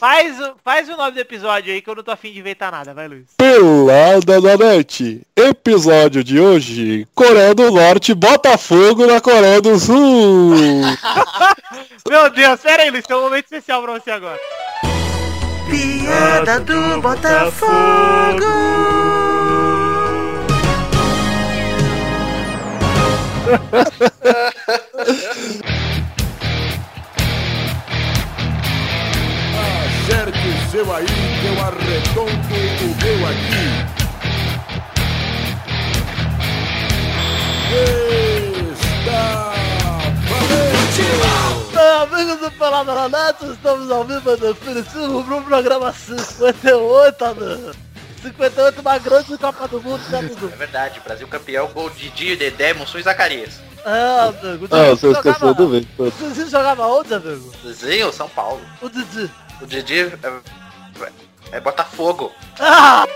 Faz, o- faz o nome do episódio aí que eu não tô afim de inventar nada, vai, Luiz. Pelada da NET. Episódio de hoje: Coreia do Norte, Botafogo na Coreia do Sul. Meu Deus, pera aí, Luiz, tem um momento especial pra você agora. Piada do Botafogo. Acerte o seu aí, que eu arredondo o meu aqui. Está valente! Olá, amigos do Pelada na Net, estamos ao vivo no Felicinho para o programa 58, mano. 58, uma grande Copa do Mundo, né, Dudu? É verdade, Brasil campeão, gol de Didi, Dedé, Mussum e Zacarias. Ah, amigo, o Ah, Didi você esqueceu do jogava... vento. O Didi jogava onde, amigo? Zinho, São Paulo. O Didi. O Didi é- é, Botafogo. Ah,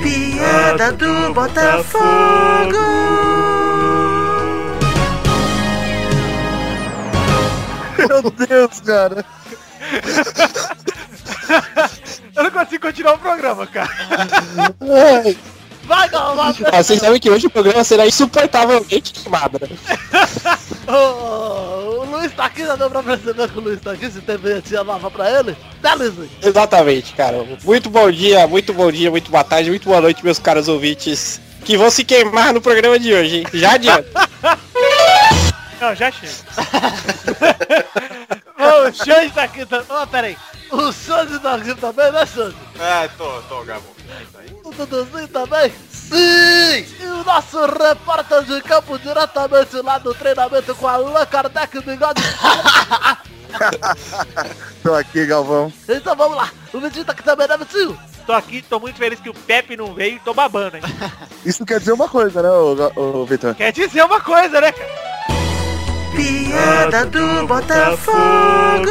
Piada do Botafogo. meu Deus, cara. Eu não consigo continuar o programa, cara. Ai, Vai, não, vai. ah, vocês sabem que hoje o programa será insuportavelmente queimado. né? Ô, ô, o Luiz tá aqui, já deu pra perceber que o Luiz tá aqui, se teve a tia nova pra ele. Tá, Luiz? Exatamente, cara. Muito bom dia, muito bom dia, muito boa tarde, muito boa noite, meus caros ouvintes. Que vão se queimar no programa de hoje, hein? Já adianta. Não, já chega. Ô, o Xande tá aqui também. Ó, peraí. O Xande tá aqui também, né, Xande? Ah, tô, tô, Gabo. O Duduzinho também? Sim! E o nosso repórter de campo diretamente lá do treinamento com a Lua Kardec Bigode. Tô aqui, Galvão. Então vamos lá. O Vitinho tá aqui também, né, Vitinho? Tô aqui, tô muito feliz que o Pepe não veio e tô babando, hein? Isso quer dizer uma coisa, né, ô, Ga- ô, Vitor? Quer dizer uma coisa, né, cara? Piada do Botafogo.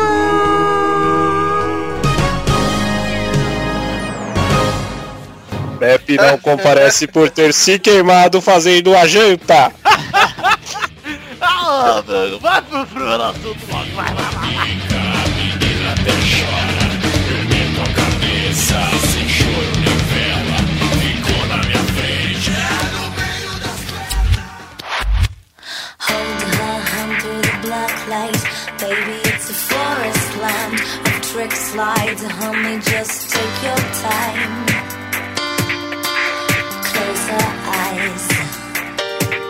Pepe não comparece por ter se queimado fazendo a janta. Ah, mano, vai pro primeiro assunto logo, vai, vai, vai. Hold her hand through the black light. Baby, it's a forest land of trick slides. Honey, just take your time. Close her eyes.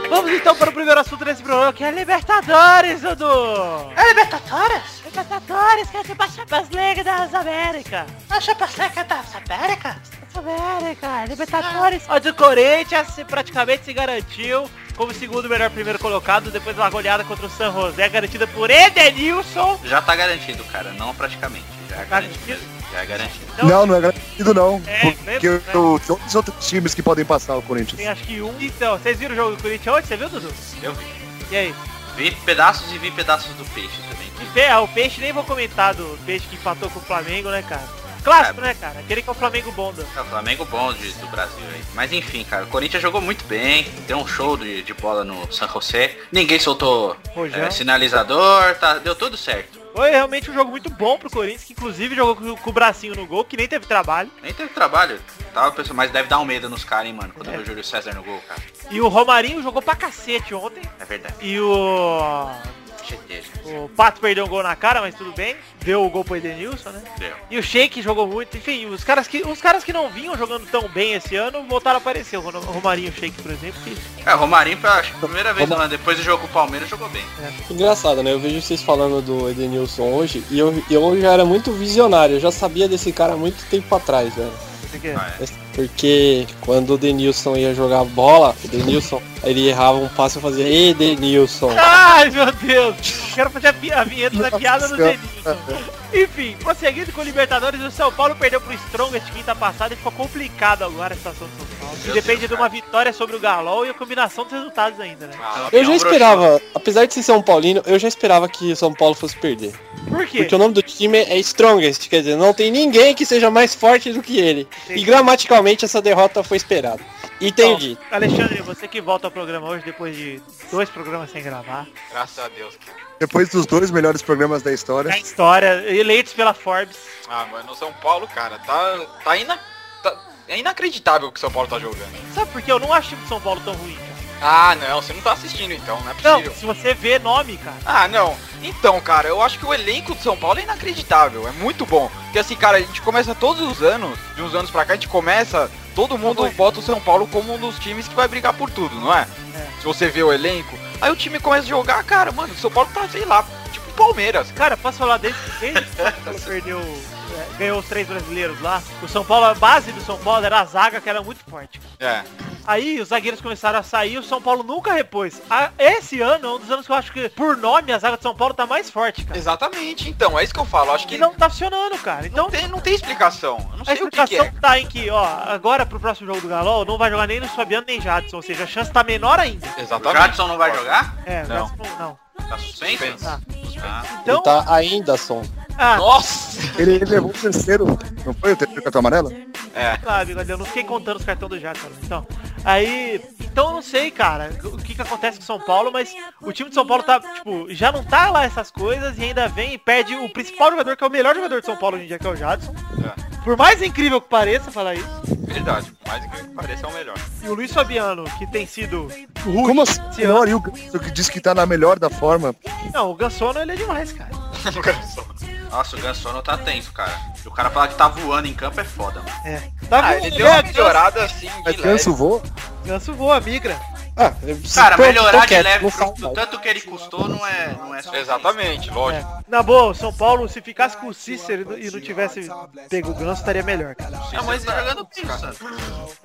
Vamos então para o primeiro assunto desse programa, que é Libertadores, Dudu! É Libertadores? Libertadores, que é tipo a Champions League das Américas. Acha pra ser que tá América? Das Américas, Libertadores. Ah. Onde o Corinthians se- praticamente se garantiu como segundo melhor primeiro colocado, depois de uma goleada contra o San José, garantida por Edenilson. Já tá garantido, cara. Não praticamente. Já é Tá garantido. Já é garantido. Então- Não, não é garantido, não. É, porque né? o- tem outros outros times que podem passar o Tem Corinthians. acho que um. Então, vocês viram o jogo do Corinthians ontem? Você viu, Dudu? Eu vi. E aí? Vi pedaços e vi pedaços do peixe também. E fe- ah, o Peixe, nem vou comentar do Peixe que empatou com o Flamengo, né, cara? Clássico, né, cara? Aquele que é o Flamengo bonda. É o Flamengo bom de- do Brasil aí. Mas enfim, cara, o Corinthians jogou muito bem. Deu um show de, de bola no San José. Ninguém soltou Rojão. eh, sinalizador, tá, deu tudo certo. Foi realmente um jogo muito bom pro Corinthians, que inclusive jogou com, com o bracinho no gol, que nem teve trabalho. Nem teve trabalho. Tava pensando, mas deve dar um medo nos caras, hein, mano. Quando vê o Júlio César no gol, cara. E o Romarinho jogou pra cacete ontem. É verdade. E o. Certeza. O Pato perdeu um gol na cara, mas tudo bem. Deu o gol pro Edenilson, né? Deu. E o Sheik jogou muito. Enfim, os caras que, os caras que não vinham jogando tão bem esse ano voltaram a aparecer. O Ron- o Romarinho e o Sheik, por exemplo. que- É, o Romarinho, pra, acho que a primeira vez, mano, depois do jogo com o Palmeiras, jogou bem. Engraçado, né? Eu vejo vocês falando do Edenilson hoje e eu, eu já era muito visionário, eu já sabia desse cara há muito tempo atrás, né? velho. esse aqui. Ah, é. Porque quando o Denilson ia jogar bola, o Denilson, ele errava um passe e fazia, ei Denilson. Ai, meu Deus! Quero fazer a, pi- a vinheta da piada do Senhora. Denilson. Enfim, prosseguindo com o Libertadores, o São Paulo perdeu pro Strongest quinta passada e ficou complicado agora a situação do São Paulo. Que Meu depende Deus, de uma vitória sobre o Galol e a combinação dos resultados ainda, né? Ah, é Eu já um Gabriel esperava, apesar de ser São Paulino, eu já esperava que o São Paulo fosse perder. Por quê? Porque o nome do time é Strongest, quer dizer, não tem ninguém que seja mais forte do que ele. E gramaticalmente essa derrota foi esperada. Entendi. Então, Alexandre, você que volta ao programa hoje depois de dois programas sem gravar. Graças a Deus, cara. Depois dos dois melhores programas da história. A história, eleitos pela Forbes. Ah, mano, o São Paulo, cara, tá, tá, ina, tá- É inacreditável o que o São Paulo tá jogando. Sabe por que eu não acho o time de São Paulo tão ruim, cara? Ah, não, você não tá assistindo então, não é possível. Não, se você vê nome, cara. Ah, não. Então, cara, eu acho que o elenco do São Paulo é inacreditável. É muito bom. Porque assim, cara, a gente começa todos os anos, de uns anos pra cá, a gente começa, todo mundo bota o São Paulo como um dos times que vai brigar por tudo, não é? Se você vê o elenco, aí o time começa a jogar, cara, mano, o São Paulo tá, sei lá, tipo o Palmeiras. Cara, posso falar desde, desde que o São Paulo perdeu, é, ganhou os três brasileiros lá? O São Paulo, a base do São Paulo era a zaga que era muito forte. É. Aí os zagueiros começaram a sair, o São Paulo nunca repôs. A- esse ano é um dos anos que eu acho que, por nome, a zaga do São Paulo tá mais forte, cara. Exatamente, então, é isso que eu falo. Acho que E não tá funcionando, cara. Então, não, tem, não tem explicação. Eu não a sei o que que, explicação é. tá em que, ó, agora pro próximo jogo do Galo, não vai jogar nem no Fabiano nem Jadson, ou seja, a chance tá menor ainda. O Exatamente. Jadson não vai jogar? É, Não. Jadson não. não. Tá suspenso? Tá. Ah. Então, Ele tá ainda, som. ah, Nossa! Ele levou o terceiro. Não foi o terceiro cartão amarelo? É, Claro, eu não fiquei contando os cartões do Jackson. Então, aí, então eu não sei, cara, o que que acontece com o São Paulo, mas o time de São Paulo tá, tipo, já não tá lá essas coisas e ainda vem e perde o principal jogador, que é o melhor jogador de São Paulo hoje em dia, que é o Jadson. É. Por mais incrível que pareça falar isso, Verdade, por mais incrível que pareça é o melhor. e o Luiz Fabiano, que tem sido... Como assim? Melhor e o Ganso que diz que tá na melhor da forma. Não, o Gansono, ele é demais, cara. Nossa, o Gansono tá tenso, cara. Se o cara falar que tá voando em campo é foda, mano. Tá Ah, bom, ele né? deu uma Ganso- melhorada assim de Mas leve. Ganso voa? Ganso voa, migra. Ah, eu preciso- Cara, tô- melhorar tô de quieto, um leve não pro, falo do um mais. tanto que ele custou não é, não é suficiente. Exatamente, lógico. É. Na boa, o São Paulo, se ficasse com o Cícero e não tivesse pego o Ganso, estaria melhor, cara. Ah, mas ele tá jogando bem, cara.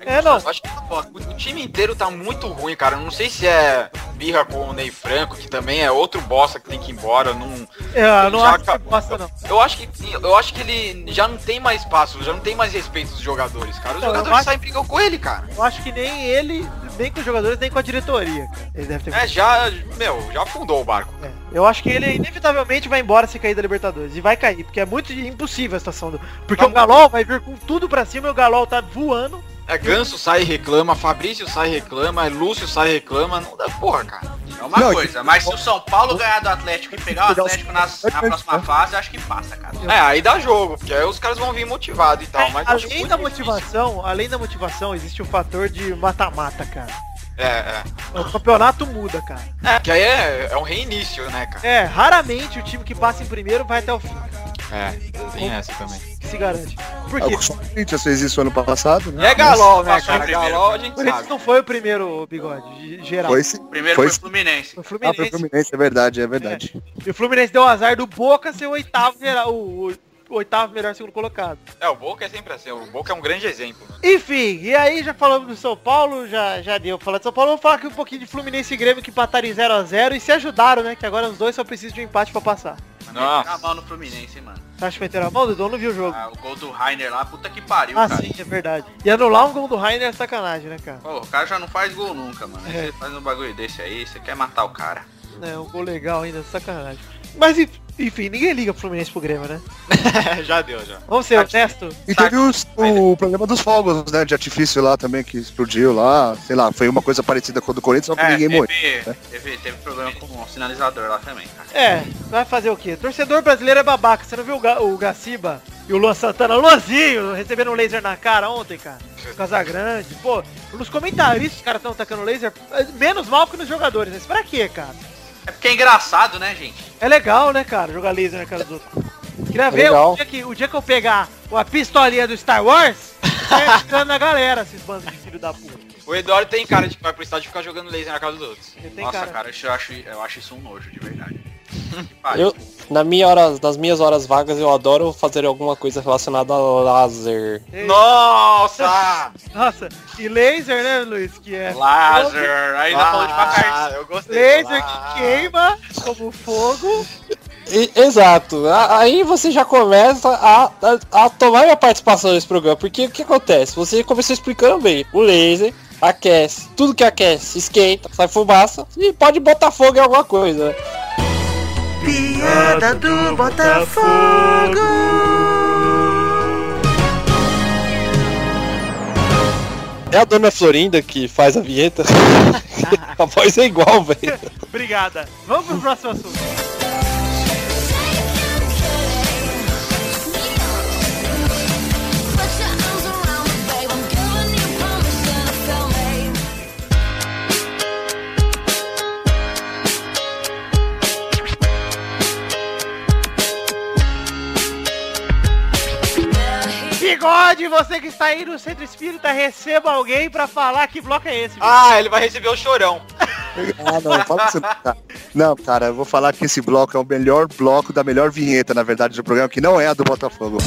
É, não, Eu Acho que ó, o time inteiro tá muito ruim, cara. Eu não sei se é birra com o Ney Franco, que também é outro bosta que tem que ir embora. eu Não... eu É, Ah, não Já acho que acabou. bosta, não. Eu, acho que, eu acho que ele já não tem mais espaço, já não tem mais respeito dos jogadores, cara. Os Então, eu jogadores acho- saem brigam com ele, cara. Eu acho que nem ele, nem com os jogadores, nem com a diretoria. cara. Ele deve ter. É, já, meu, já afundou o barco. É. Eu acho que ele inevitavelmente vai embora se cair da Libertadores. E vai cair, porque é muito impossível a situação do. Porque o Galol vai vir com tudo pra cima e o Galol tá voando. É, Ganso sai e reclama, Fabrício sai e reclama, é Lúcio sai e reclama. Não dá porra, cara. É uma Não, coisa, mas se o São Paulo ganhar do Atlético e pegar o Pegar o- Atlético nas- na, próxima fase, acho que passa, cara. né? É, É, aí dá jogo, porque aí os caras vão vir motivados e tal. Tá, Mas acho além muito da difícil. motivação, além da motivação, existe o fator de mata-mata, cara. É, O campeonato muda, cara. é. É, que aí é, é um reinício, né, cara? É, raramente o time que passa em primeiro vai até o fim, cara, É, tem essa também. que se garante. Por Ah, quê? O Corinthians fez isso ano passado, né? é Galol, né, Passou em cara? primeiro, Galol a gente Corinthians sabe. não foi o primeiro bigode, de- geral. Foi esse. Primeiro Foi foi o sim. Fluminense. O Ah, foi Fluminense, o Fluminense, é verdade, é verdade. E o Fluminense deu o azar do Boca ser o oitavo geral, o, o- o oitavo melhor segundo colocado. É, o Boca é sempre assim. O Boca é um grande exemplo. Enfim, e aí já falamos do São Paulo, já, já deu pra falar de São Paulo, vamos falar aqui um pouquinho de Fluminense e Grêmio que empataram em 0x0 e se ajudaram, né? Que agora os dois só precisam de um empate pra passar. Nossa. Tá mal no Fluminense, hein, mano. Você acha que meteram a mão, Dudu? Eu não vi o jogo. Ah, o gol do Rainer lá, puta que pariu, Ah, cara. sim, é verdade. E anular um gol do Rainer é sacanagem, né, cara? Pô, o cara já não faz gol nunca, mano. Aí Você faz um bagulho desse aí, você quer matar o cara. É, um gol legal ainda, sacanagem. Mas enf- enfim, ninguém liga pro Fluminense e pro Grêmio, né? já deu, já. Vamos ser honestos. É, E teve os- o problema dos fogos, né? De artifício lá também, que explodiu lá. Sei lá, foi uma coisa parecida com a do Corinthians, só que ninguém morreu. É, teve, teve, teve problema com o sinalizador lá também, cara. É, vai fazer o quê? Torcedor brasileiro é babaca. Você não viu o, Ga o Gaciba e o Luan Santana? Luanzinho, recebendo um laser na cara ontem, cara. Casagrande, pô. Nos comentaristas os caras estão atacando laser. é, Menos mal que nos jogadores, mas pra quê, cara? É porque é engraçado, né, gente? É legal, né, cara, jogar laser na cara dos outros. Queria ver legal. o dia, que, o dia que eu pegar a pistolinha do Star Wars, é tirando na galera, esses bandos de filho da puta. O Eduardo tem cara de que vai pro estádio ficar jogando laser na casa dos outros. Ele tem Nossa, cara. cara, eu, acho, eu acho isso um nojo, de verdade. Que pariu. Eu, na minha hora, nas minhas horas vagas, eu adoro fazer alguma coisa relacionada a laser. Ei, Nossa! Nossa, e laser, né, Luiz? Que é. Laser, aí ainda falou de Ah, macarrão. eu gostei. Laser que queima como fogo. E- exato. A- aí você já começa a, a, a tomar minha participação nesse programa. Porque o que acontece? Você começou explicando bem. O laser aquece. Tudo que aquece, esquenta, sai fumaça. E pode botar fogo em alguma coisa. né? Piada do Botafogo. Até É a dona Florinda que faz a vinheta. a voz é igual, velho. Obrigada. Vamos pro próximo assunto. Bigode, você que está aí no Centro Espírita, receba alguém pra falar que bloco é esse. Ah, ele vai receber o chorão. Ah, não, fala que você não tá. Não, cara, eu vou falar que esse bloco é o melhor bloco da melhor vinheta, na verdade, do programa, que não é a do Botafogo.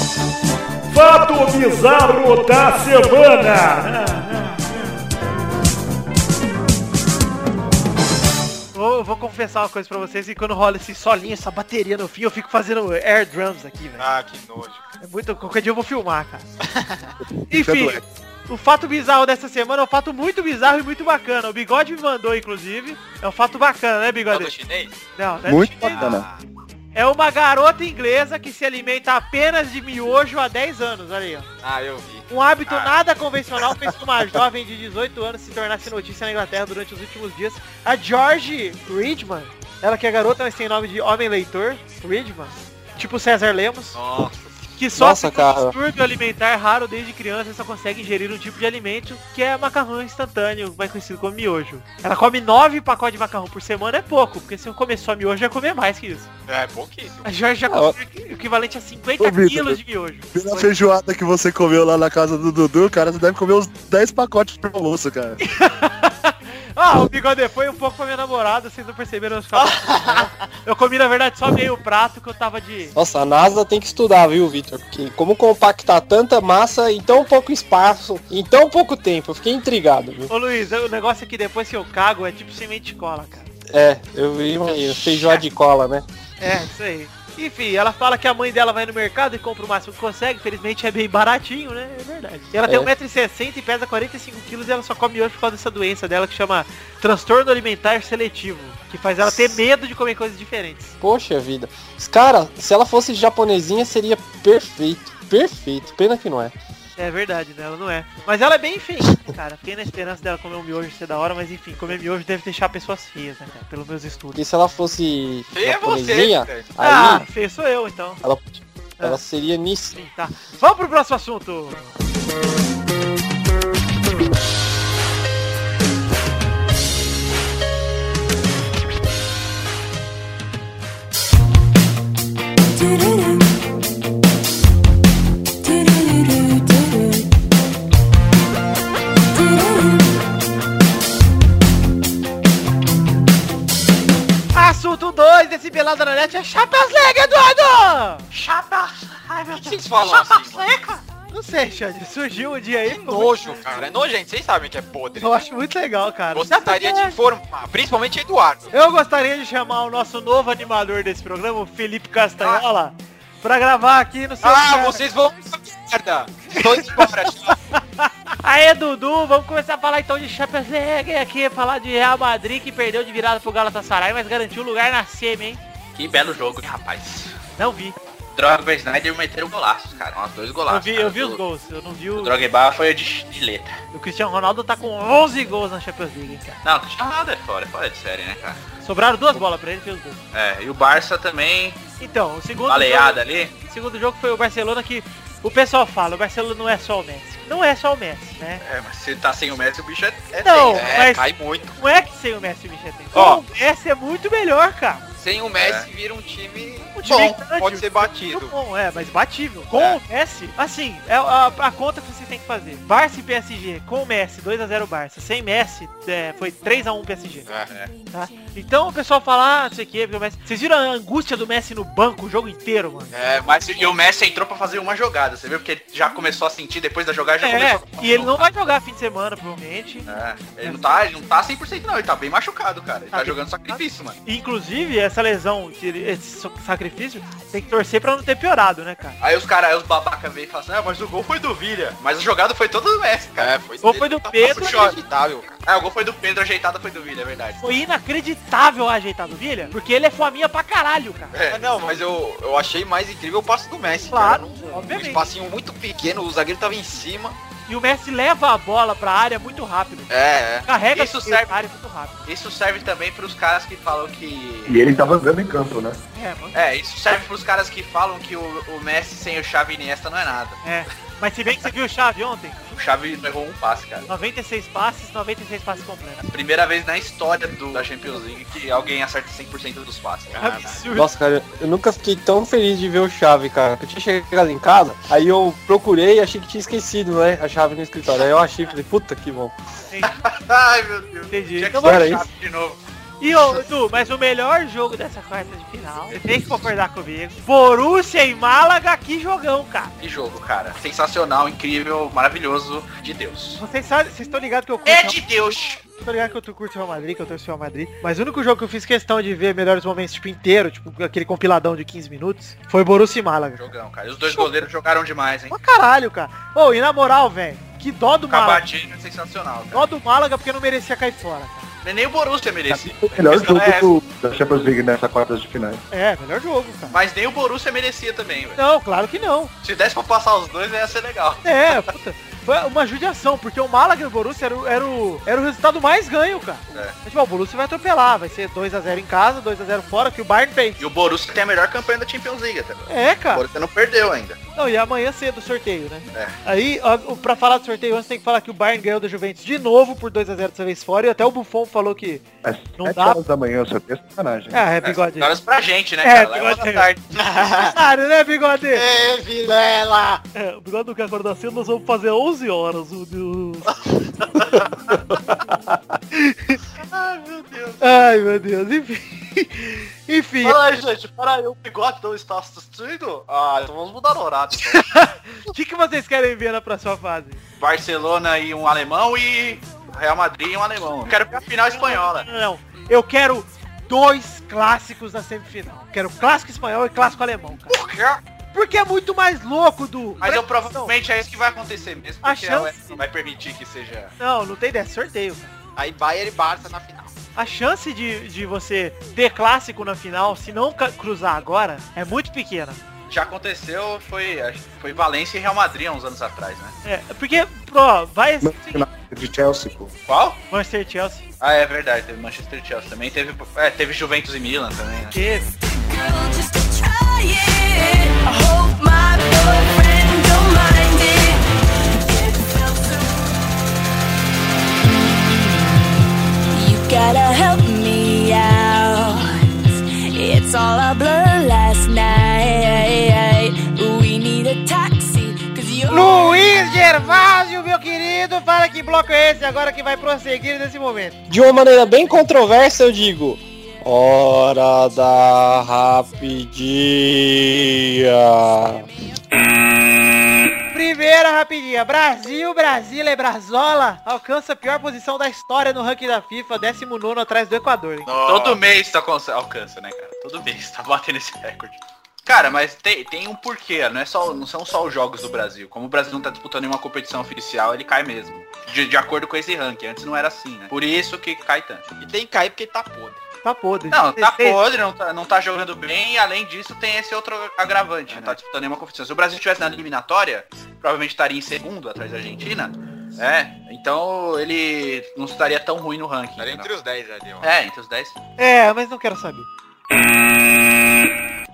Fato bizarro da semana. Vou, eu vou confessar uma coisa pra vocês, que quando rola esse solinho, essa bateria no fim, eu fico fazendo air drums aqui, velho. Ah, que nojo. É muito. Qualquer dia eu vou filmar, cara. é Enfim. O fato bizarro dessa semana é um fato muito bizarro e muito bacana. O Bigode me mandou, inclusive. É um fato bacana, né, Não, do Bigode? chinês? Não, não é Muito chinês, não. bacana. É uma garota inglesa que se alimenta apenas de miojo há 10 anos, olha aí, ó. Ah, eu vi. Um hábito Ah. nada convencional fez com uma jovem de 18 anos se tornasse notícia na Inglaterra durante os últimos dias. A George Ridgman, ela que é garota, mas tem nome de homem leitor, Ridgman, tipo César Lemos, Nossa. que só Nossa, se cara. distúrbio alimentar raro desde criança e só consegue ingerir um tipo de alimento que é macarrão instantâneo, mais conhecido como miojo. Ela come 9 pacotes de macarrão por semana, é pouco, porque se eu comer só miojo, eu ia comer mais que isso. É pouquíssimo. A George já Ah, comeu o equivalente a 50 Ô, Vitor, quilos de miojo. Pela feijoada que você comeu lá na casa do Dudu, cara, você deve comer uns 10 pacotes pro almoço, cara. Ah, o bigode foi um pouco pra minha namorada, vocês não perceberam os fatos. né? eu comi, na verdade, só meio prato que eu tava de... Nossa, a NASA tem que estudar, viu, Vitor? Porque como compactar tanta massa em tão pouco espaço, em tão pouco tempo. Eu fiquei intrigado, viu? Ô Luiz, o negócio é que depois que eu cago é tipo semente de cola, cara. É, eu vi uma feijoada de cola, né? É, isso aí. Enfim, ela fala que a mãe dela vai no mercado e compra o máximo que consegue, felizmente é bem baratinho, né? É verdade. E ela tem É. 1,60m e pesa 45kg e ela só come hoje por causa dessa doença dela que chama transtorno alimentar seletivo, que faz ela ter medo de comer coisas diferentes. Poxa vida. Cara, se ela fosse japonesinha, seria perfeito. Perfeito. Pena que não é. É verdade, né? Ela não é. Mas ela é bem feia, cara. Fiquei na esperança dela comer um miojo ser da hora, mas enfim, comer miojo deve deixar pessoas feias, né, cara? Pelos meus estudos. Porque se ela fosse Feia é você, japonesinha, velho. aí Ah, feio sou eu, então. ela, ela seria nisso. Sim, tá. Vamos pro próximo assunto. Assunto 2 desse Pelada na Net é Chapas Lega, Eduardo! Chapas... Ai, meu O que vocês falam assim, mano? Não sei, Xande. Surgiu um dia aí. É ficou muito- nojo, cara. É nojento. Vocês sabem que é podre. Eu acho muito legal, cara. Você estaria é. de informar, principalmente Eduardo. Eu gostaria de chamar o nosso novo animador desse programa, o Felipe Castanhola, pra gravar aqui no seu... Ah, lugar. vocês vão... Merda. Tô indo embora, tchau. Aê, Dudu, vamos começar a falar então de Champions League aqui, falar de Real Madrid que perdeu de virada pro Galatasaray, mas garantiu lugar na semi, hein? Que belo jogo, hein, rapaz. Não vi, Drogba e Snyder meteram golaços, cara. Uns dois não golaços. vi, cara. eu vi os O- gols, eu não vi O o... Drogba foi de, de letra. O Cristiano Ronaldo tá com 11 gols na Champions League, hein, cara. Não, não tinha nada fora, fora de série, né, cara? Sobraram duas bolas pra ele, fez os gols. É, e o Barça também, Então, o segundo baleada ali. jogo, o segundo jogo foi o Barcelona que o pessoal fala, o Barcelona não é só o Messi. Não é só o Messi, né? É, mas se tá sem o Messi, o bicho é... é Não, tenso. É, mas- cai muito. Não é que sem o Messi o bicho é tempo. Ó. O Messi é muito melhor, cara. Sem o É. Messi, vira um time... Um time bom, grande, pode ser Muito batido. bom, é, mas batível. Com É. o Messi, assim, é a, a conta que você tem que fazer. Barça e PSG, com o Messi, 2x0 Barça. Sem Messi, é, foi 3x1 PSG. É, é. Tá? Então o pessoal fala, ah, não sei o que, porque o Messi. Vocês viram a angústia do Messi no banco o jogo inteiro, mano? É, mas e o Messi entrou pra fazer uma jogada, você viu? Porque ele já começou a sentir depois da jogada, já É, começou a... e ele não vai jogar fim de semana, provavelmente. É, ele não tá, ele não tá 100% não, ele tá bem machucado, cara. Ele Tá tá, bem jogando sacrifício, mano. Inclusive, essa lesão, que ele- esse so- sacrifício, tem que torcer pra não ter piorado, né, cara? Aí os caras, aí os babaca veio e falam assim, ah, mas o gol foi do Vilha. Mas a jogada foi toda do Messi, cara. É, foi... Ou foi do Pedro, Inacreditável, cara. Ah, o gol foi do Pedro, a ajeitada foi do Vilha, é verdade. Foi inacreditável a ajeitada do Vilha, porque ele é fominha pra caralho, cara. É, não, mas eu, eu achei mais incrível o passe do Messi. Claro, cara. Um- Um obviamente. espacinho muito pequeno, o zagueiro tava em cima. e o Messi leva a bola pra área muito rápido. É, é. Carrega Isso a serve- área muito rápido. Isso serve também pros caras que falam que. E ele tava andando em campo, né? É, mano. É, isso serve pros caras que falam que o, o Messi sem o Xavi e Iniesta não é nada. É. Mas se bem que você viu o Xavi ontem, O Xavi não errou um passe, cara. 96 passes, 96 passes completos. Primeira vez na história do, da Champions League que alguém acerta 100% dos passes. cara. Absurdo. Nossa, cara, eu nunca fiquei tão feliz de ver o chave, cara. Que eu tinha chegado em casa, aí eu procurei e achei que tinha esquecido, né? A chave no escritório. Aí eu achei e falei, puta que bom. Ai, meu Deus. Entendi. Tinha que Então, Era é ser o isso. Xavi de novo. E ô, Edu, mas o melhor jogo dessa quarta de final, você tem que concordar comigo. Borussia e Málaga, que jogão, cara. Que jogo, cara. Sensacional, incrível, maravilhoso. De Deus. Vocês sabem- vocês estão ligados que eu curto. É de Deus. Eu tô ligado que eu tô curto o Real Madrid, que eu torço o Real Madrid. Mas o único jogo que eu fiz questão de ver melhores momentos, tipo, inteiro, tipo, aquele compiladão de 15 minutos, foi Borussia e Málaga. Jogão, cara. E os dois goleiros jogaram demais, hein? Pra caralho, cara. Ô, e na moral, velho, que dó do Málaga. Cabadinho é sensacional, cara. Dó do Málaga porque não merecia cair fora. cara. Nem- Nem o Borussia merecia. O melhor Questão jogo é essa. do, da Champions League nessa quartas de final. É, melhor jogo, cara. Mas nem o Borussia merecia também, velho. Não, claro que não. Se desse pra passar os dois, ia ser legal. É, puta. Foi uma judiação, porque o Málaga e o Borussia era o, era o, era o resultado mais ganho, cara. É. Mas, tipo, o Borussia vai atropelar, vai ser 2x0 em casa, 2x0 fora, que o Bayern fez. E o Borussia tem a melhor campanha da Champions League até agora. É, O Ah. cara. Borussia não perdeu ainda. Não, e amanhã cedo o sorteio, né? Aí, ó, o- pra falar do sorteio, antes tem que falar que o Bayern ganhou da Juventus de novo por 2x0 dessa vez fora, e até o Buffon falou que... Às Não 7 dá. É horas da manhã, o seu texto é sacanagem. É, é bigode. Agora pra gente, né, É, cara? Lá É, uma bigode. da tarde. Claro, né, bigode? É, Vilela! É, obrigado do que acordar cedo, nós vamos fazer 11 horas, meu Deus. Ai, meu Deus. Ai, meu Deus, enfim. Enfim, Fala aí, gente, pera aí, o bigode não está assistindo? Ah, então vamos mudar o horário. então. o que, que vocês querem ver na próxima fase? Barcelona e um alemão e Real Madrid e um alemão. Eu quero ver a final espanhola. Não, não. Eu quero dois clássicos na semifinal. Quero clássico espanhol e clássico alemão, cara. Porque é muito mais louco do. Mas Presta eu provavelmente é isso que vai acontecer mesmo, A porque a UEFA chance- não vai permitir que seja atenção. Não, não tem ideia, é sorteio. cara. Aí Bayern e Barça na final. A chance de, de você ter clássico na final, se não ca- cruzar agora, é muito pequena. Já aconteceu, foi, acho que foi Valência e Real Madrid há uns anos atrás, né? É, porque, pro, vai Mas final de Chelsea, pô. Qual? Manchester Chelsea. Ah, é verdade, teve Manchester e Chelsea também, teve, é, teve Juventus e Milan também, né? que- Girl, just try it. I hope my boyfriend don't mind it. It felt so. You gotta help me out. It's all a blur last night. We need a taxi, cause you're. Luiz Gervásio, meu querido, fala que bloco é esse agora que vai prosseguir nesse momento. De uma maneira bem controversa, eu digo. Hora da rapidinha. Primeira rapidinha, Brasil, Brasília e Brazola alcança a pior posição da história no ranking da FIFA, 19 atrás do Equador. hein? Todo mês tá cons- alcança, né, cara? Todo mês tá batendo esse recorde. Cara, mas tem, tem um porquê, não, é só, não são só os jogos do Brasil. Como o Brasil não tá disputando nenhuma competição oficial, ele cai mesmo. De, de acordo com esse ranking, antes não era assim, né? Por isso que cai tanto. E tem que cair porque tá podre. Tá podre. Não, tá 16. podre, não tá, não tá jogando bem, e além disso tem esse outro agravante, não tá disputando nenhuma competição. Se o Brasil estivesse na eliminatória, provavelmente estaria em segundo atrás da Argentina, é, então ele não estaria tão ruim no ranking. Era entre entendeu? os 10 ali, ó. É, entre os 10. É, mas não quero saber.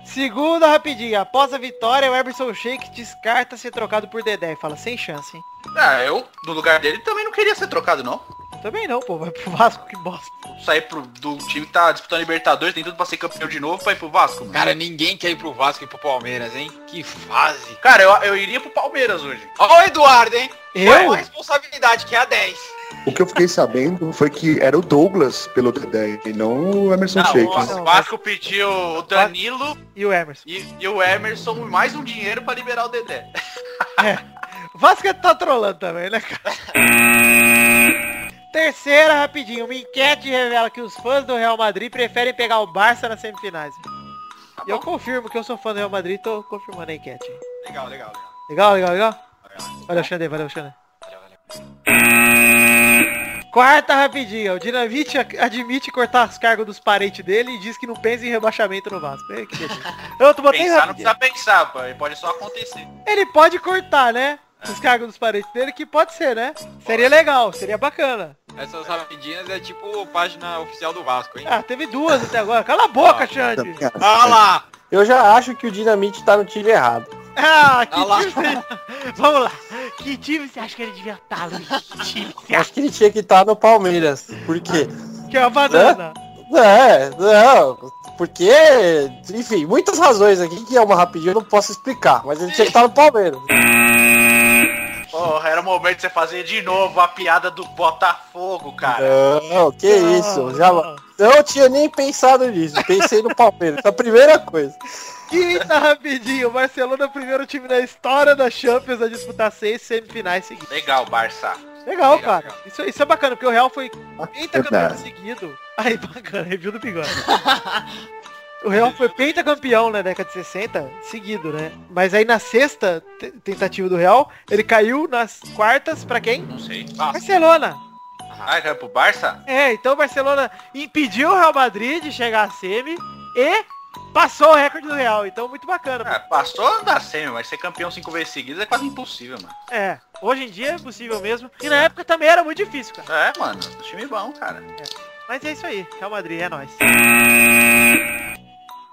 Segunda rapidinha, após a vitória, o Emerson Sheik descarta ser trocado por Dedé e fala, sem chance, hein? Ah, eu, no lugar dele, também não queria ser trocado, não. Também não, pô, vai pro Vasco, que bosta. Sair pro, do time que tá disputando Libertadores, tem tudo pra ser campeão de novo, pra ir pro Vasco, mano. Cara, ninguém quer ir pro Vasco e pro Palmeiras, hein? Que fase. Cara, eu, eu iria pro Palmeiras hoje. Ó o Eduardo, hein? Foi Eu? uma responsabilidade, que é a 10. O que eu fiquei sabendo foi que era o Douglas pelo Dedé e não o Emerson Não, Sheik. o, não, o Vasco pediu o Danilo E o Emerson? e, e o Emerson mais um dinheiro pra liberar o Dedé. Vasco tá trolando também, né, cara? Terceira, rapidinho. Uma enquete revela que os fãs do Real Madrid preferem pegar o Barça nas semifinais. e eu confirmo que eu sou fã do Real Madrid e tô confirmando a enquete. Legal, legal, legal. Legal, legal, legal? Valeu, Xandê, valeu, Xandê. Quarta rapidinha, o Dinamite ac- admite cortar os cargos dos parentes dele e diz que não pensa em rebaixamento no Vasco. Ei, que delícia. Eu tô botei Pensar não rapidinho. precisa pensar, pô, ele pode só acontecer. Ele pode cortar, né? os cargos dos parentes dele, que pode ser, né? Seria legal, seria bacana. Essas rapidinhas é tipo página oficial do Vasco, hein? Ah, teve duas até agora. Cala a boca, Xande! Ah lá! Eu já acho que o Dinamite tá no time errado. Ah, que Ah lá. time você... Vamos lá. Que time você acha que ele devia estar, Luiz? Que time você Eu acho que ele tinha que estar no Palmeiras. Por quê? acha que é uma banana? É, não. Porque, enfim, muitas razões aqui que é uma rapidinha eu não posso explicar, mas ele tinha que estar no Palmeiras. Porra, era o momento de você fazer de novo a piada do Botafogo, cara. Não, que isso, já Ah. não tinha nem pensado nisso, pensei no Palmeiras, a primeira coisa. Quinta rapidinho. O Barcelona é o primeiro time da história da Champions a disputar seis semifinais seguidas. Legal, Barça. Legal, Legal, cara. Isso, isso é bacana, porque o Real foi pentacampeão Verdade. seguido. Aí, bacana, review do bigode. O Real foi pentacampeão na década de 60, seguido, né? Mas aí na sexta te- tentativa do Real, ele caiu nas quartas pra quem? Não sei. Ah, Barcelona. ah, era pro Barça? É, então o Barcelona impediu o Real Madrid de chegar à semi e passou o recorde do Real. Então, muito bacana. Ah, passou da semi, mas ser campeão cinco vezes seguidas é quase impossível, mano. É, hoje em dia é possível mesmo. E na época também era muito difícil, cara. É, mano, time bom, cara. Mas é isso aí, Real Madrid é nóis.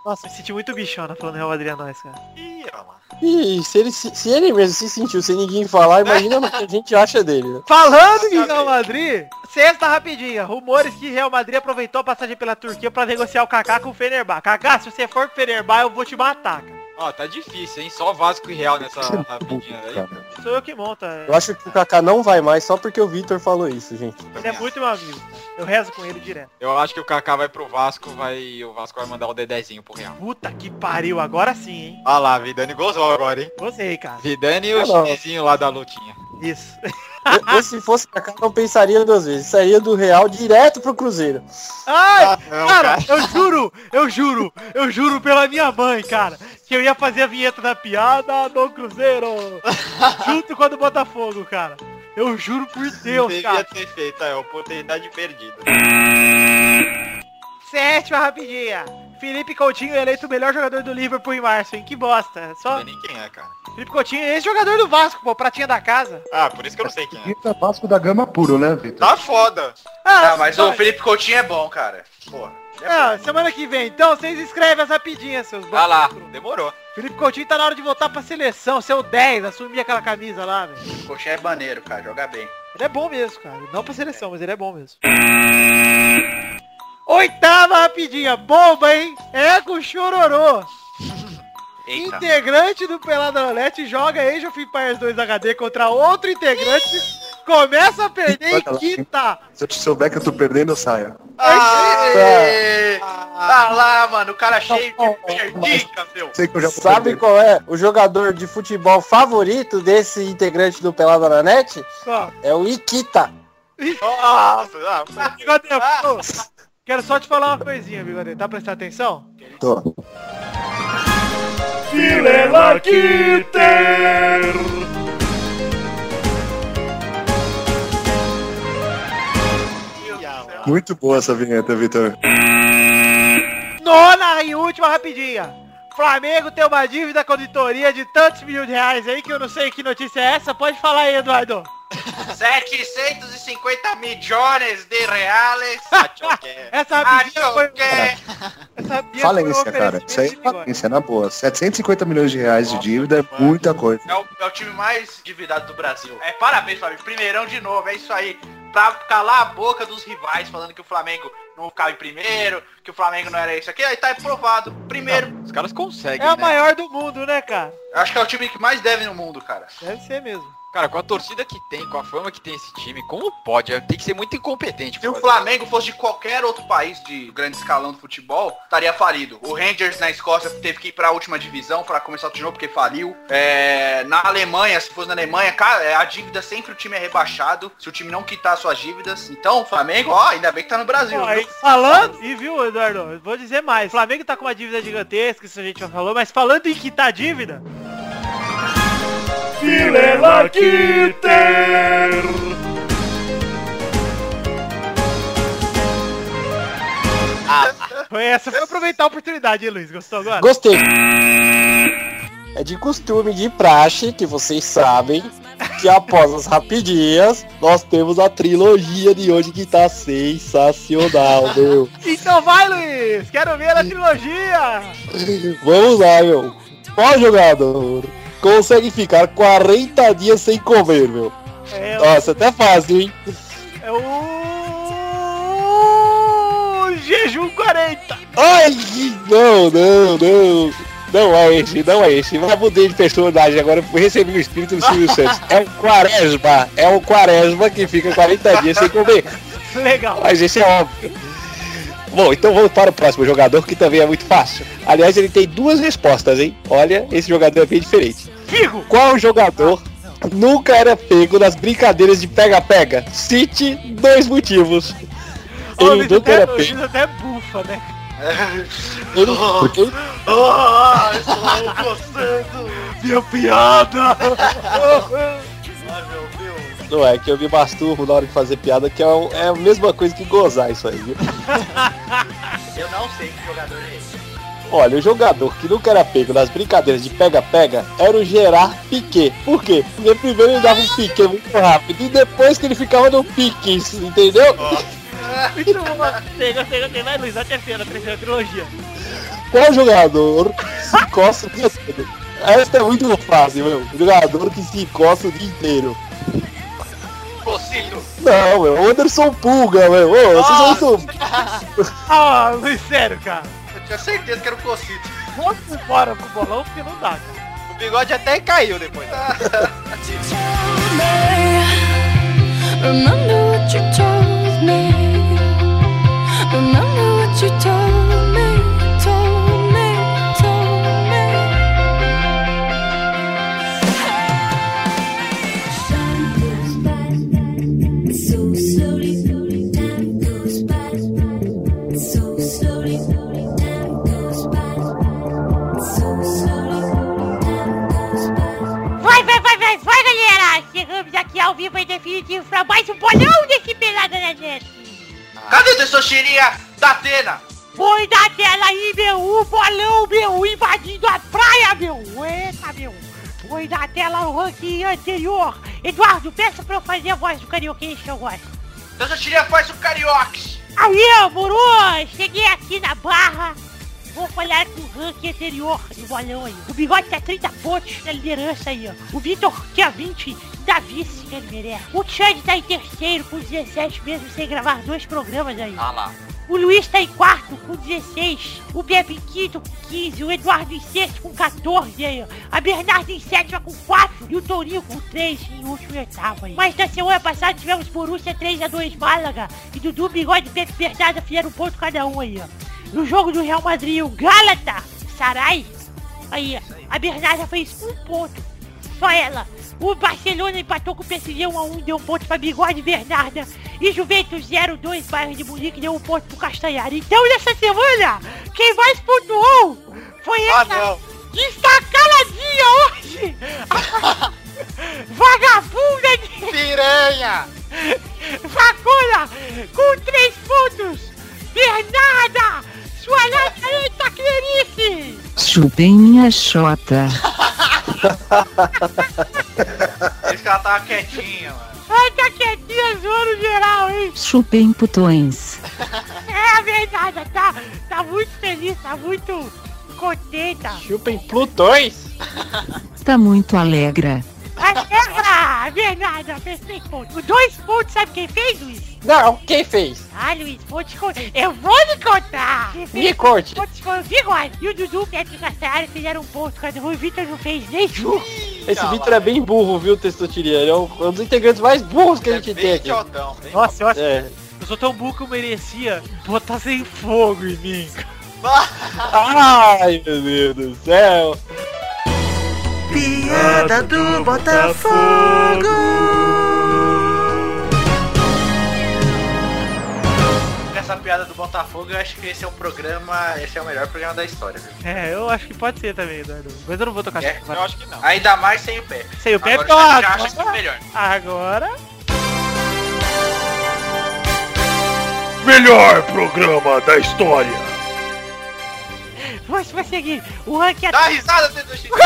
Nossa, me senti muito bichona falando Real Madrid é nóis, cara. Ih, olha lá. E se ele, se, se ele mesmo se sentiu sem ninguém falar, imagina o que a gente acha dele. né? Falando em Real Madrid, sexta rapidinha. Rumores que Real Madrid aproveitou a passagem pela Turquia pra negociar o Kaká com o Fenerbahçe. Kaká, se você for pro Fenerbahçe, eu vou te matar, cara. Ó, tá difícil, hein? Só Vasco e Real nessa rapidinha aí. Cara, Sou eu que monta. é. Eu acho que o Kaká não vai mais só porque o Vitor falou isso, gente. Ele é muito meu amigo. cara. Eu rezo com ele direto. Eu acho que o Kaká vai pro Vasco, vai o Vasco vai mandar o Dedezinho pro Real. Puta que pariu, agora sim, hein? Ah lá, Vidani gozou agora, hein? Gostei, cara. Vidani e o Ah, não. chinesinho lá da lutinha. Isso. Eu, eu, se fosse o Kaká, não pensaria duas vezes. Sairia do Real direto pro Cruzeiro. Ai, não, cara, eu juro, eu juro, eu juro pela minha mãe, cara, que eu ia fazer a vinheta da piada do Cruzeiro. junto com a do Botafogo, cara. Eu juro por Deus, cara. ser feita, é oportunidade perdida. Sétima rapidinha. Felipe Coutinho eleito o melhor jogador do Liverpool em março, hein? Que bosta. Não Só sei nem quem é, cara. Felipe Coutinho, ex-jogador do Vasco, pô, pratinha da casa. Ah, por isso que eu não sei quem é. Tá Eita, Vasco da Gama puro, né, Vitor? Tá foda. Ah, mas não, o Felipe Coutinho é bom, cara. Porra. ele é ah, semana que vem. Então, vocês escrevem as rapidinhas, seus Ah bostas. lá, demorou. Felipe Coutinho tá na hora de voltar pra seleção, ser o 10, assumir aquela camisa lá, velho. bom. Coutinho é maneiro, cara. Joga bem. Ele é bom mesmo, cara. Não pra seleção, mas ele é bom mesmo. Oitava rapidinha, bomba, hein? Ego Chororô. Eita. Integrante do Peladronete joga Age of Empires 2 HD contra outro integrante. Começa a perder Bota em lá, hein? quinta. Se eu souber que eu tô perdendo, eu saio. Aê! Ah lá, mano, o Tá cara cheio de perdica, meu. Sei que eu já tô Sabe perdendo. qual é o jogador de futebol favorito desse integrante do Pelada na Net? Ó, É o Ikita. Nossa, ah, mas- Bigode, pô, Quero só te falar uma coisinha, Bigode. Tá prestando atenção? Tô. Vilela Kitter. Muito boa essa vinheta, Vitor. Nona e última rapidinha. Flamengo tem uma dívida com auditoria de tantos mil de reais aí que eu não sei que notícia é essa. Pode falar aí, Eduardo. 750 milhões de reais. é. Essa Ah, rapidinha foi... Acho Essa rapidinha Falência, foi um cara. Isso aí é oferecimento de bigode. falência, na boa. 750 milhões de reais de dívida é muita coisa. é, o, é o time mais endividado do Brasil. É, parabéns, Flamengo. Primeirão de novo, é isso aí. Pra calar a boca dos rivais falando que o Flamengo não ficava em primeiro, que o Flamengo não era isso aqui. Aí tá aprovado. Primeiro. Os caras conseguem, É a né? maior do mundo, né, cara? Eu Acho que é o time que mais deve no mundo, cara. Deve ser mesmo. Cara, com a torcida que tem, com a fama que tem esse time, como pode? É, Tem que ser muito incompetente. Se pra o fazer Flamengo fosse de qualquer outro país de grande escalão do futebol, estaria falido. O Rangers na Escócia teve que ir para a última divisão para começar de novo porque faliu. É, na Alemanha, se fosse na Alemanha, cara, é, a dívida sempre o time é rebaixado se o time não quitar suas dívidas. Então, o Flamengo, ó, ainda bem que tá no Brasil. Ó, viu? e falando, e viu, Eduardo, eu vou dizer mais. O Flamengo tá com uma dívida gigantesca, isso a gente já falou, mas falando em quitar a dívida, Vilela Kitter. foi essa, foi aproveitar a oportunidade, hein, Luiz? Gostou agora? Gostei. É de costume, de praxe, que vocês sabem, que após as rapidinhas, nós temos a trilogia de hoje que tá sensacional, meu. Então vai, Luiz! Quero ver a trilogia! Vamos lá, meu. Qual jogador consegue ficar 40 dias sem comer, meu? É, Nossa, até fácil, hein? é o... Jejum 40! Ai, não, não, não. Não é esse, não é esse. Vai mudei de personagem agora. Eu recebi o espírito do Silvio Santos. É o Quaresma. É o Quaresma que fica 40 dias sem comer. Legal. Mas esse é óbvio. Bom, então vamos para o próximo jogador, que também é muito fácil. Aliás, ele tem duas respostas, hein? Olha, esse jogador é bem diferente. Figo! Qual jogador nunca era pego nas brincadeiras de pega-pega? Cite dois motivos. Ô, Ele Luiz, nunca até, era o Luiz pego. até bufa, né? Ele, ele Ah, estou gostando. Minha piada! Ai, meu Deus. Não é que eu me masturbo na hora de fazer piada, que é, o- é a mesma coisa que gozar isso aí, viu? Eu não sei que jogador é esse. Olha, o jogador que nunca era pego nas brincadeiras de pega-pega era o Gerard Piquet. Por quê? Porque primeiro ele dava um pique muito rápido e depois que ele ficava no pique, entendeu? Muito bom. Tem, gostei, gostei. Vai, Luiz, a terceira, a terceira trilogia. Qual jogador se encosta o dia todo? Essa é muito fácil, meu. O jogador que se encosta o dia inteiro. Possível. Não, meu. O Anderson Pulga, meu. Ô, vocês não são Ah, Luiz, sério, cara. Eu tinha certeza que era o Cocito. Vamos embora pro bolão, porque não dá, cara. O bigode até caiu depois. Ah. Remember what you told me. Remember what you told me. Told me. Told me. Time goes by so slowly. Time goes by so slowly. Time goes by so slowly. Time goes by. Vai, vai, vai, vai, vai, galera! Chegamos aqui ao vivo e definitivo pra mais um bolão desse né, Pelada na Net. Cadê o Testosterinha da Atena? Põe na tela aí, meu, o bolão, meu, invadindo a praia, meu! Eita, meu! Põe na tela o ranking anterior. Eduardo, peça pra eu fazer a voz do carioquês que eu gosto. Testosterinha faz o Cariox. Aí, moro! Cheguei aqui na barra. Vou falar do ranking anterior do bolão aí. O Bigode tá 30 pontos na liderança aí, ó. O Vitor tinha 20 da vice, que ele merece. O Xande tá em terceiro com 17 mesmo, sem gravar dois programas aí. Ah lá. O Luiz tá em quarto com 16. O Bebe em quinto com 15. O Eduardo em sexto com 14. Aí, ó. A Bernarda em sétima com 4. E o Tourinho com 3 em último e oitavo. Aí. Mas na semana passada tivemos Borussia 3x2 Málaga. E Dudu, Bigode e Pepe Bernarda fizeram um ponto cada um aí. ó. No jogo do Real Madrid, o Gálata, Sarai. Aí, ó. a Bernarda fez um ponto. Só ela. O Barcelona empatou com o PSG 1x1 deu um ponto pra Bigode e Bernarda. E Juventus 0-2, Bayern de Munique deu um ponto pro Castanhar. Então nessa semana, quem mais pontuou foi Ah, essa que está caladinha hoje. A Vagabunda de... Piranha. Vacuna com 3 pontos. Bernarda, sua lata eita clerice. Chupem minha chota. Esse que ela tava quietinha, mano. Ai, tá quietinha zoando geral, hein? Chupem putões. É a verdade, tá, tá muito feliz, tá muito contenta. Chupem Plutões. Tá muito alegra. A é, ah, Bernarda fez três pontos. Os dois pontos, sabe quem fez, Luiz? Não, quem fez? Ah, Luiz, vou te contar. Eu vou lhe contar. Quem fez Me conte. os pontos foi o Bigode. E o Dudu, Pepe e Castanhari fizeram um ponto. Cada um, o Vitor não fez nenhum. Esse Vitor é bem burro, viu, Testotiria? Ele é um um dos integrantes mais burros que a gente tem aqui. É Idiotão, hein? Nossa, eu acho É. Eu sou tão burro que eu merecia botar sem fogo em mim. Ai, meu Deus do céu. Piada do Botafogo. Nessa piada do Botafogo, eu acho que esse é o programa, esse é o melhor programa da história, viu? É, eu acho que pode ser também, Eduardo. Mas eu não vou tocar É, sem Eu acho que não. Ainda mais sem o Pepe. Sem o Pepe, Agora o Pepe já ó, acha que é o melhor. Agora. Melhor programa da história. Vou, vou seguir. O ranking é Dá atual... risada, Teto Chico.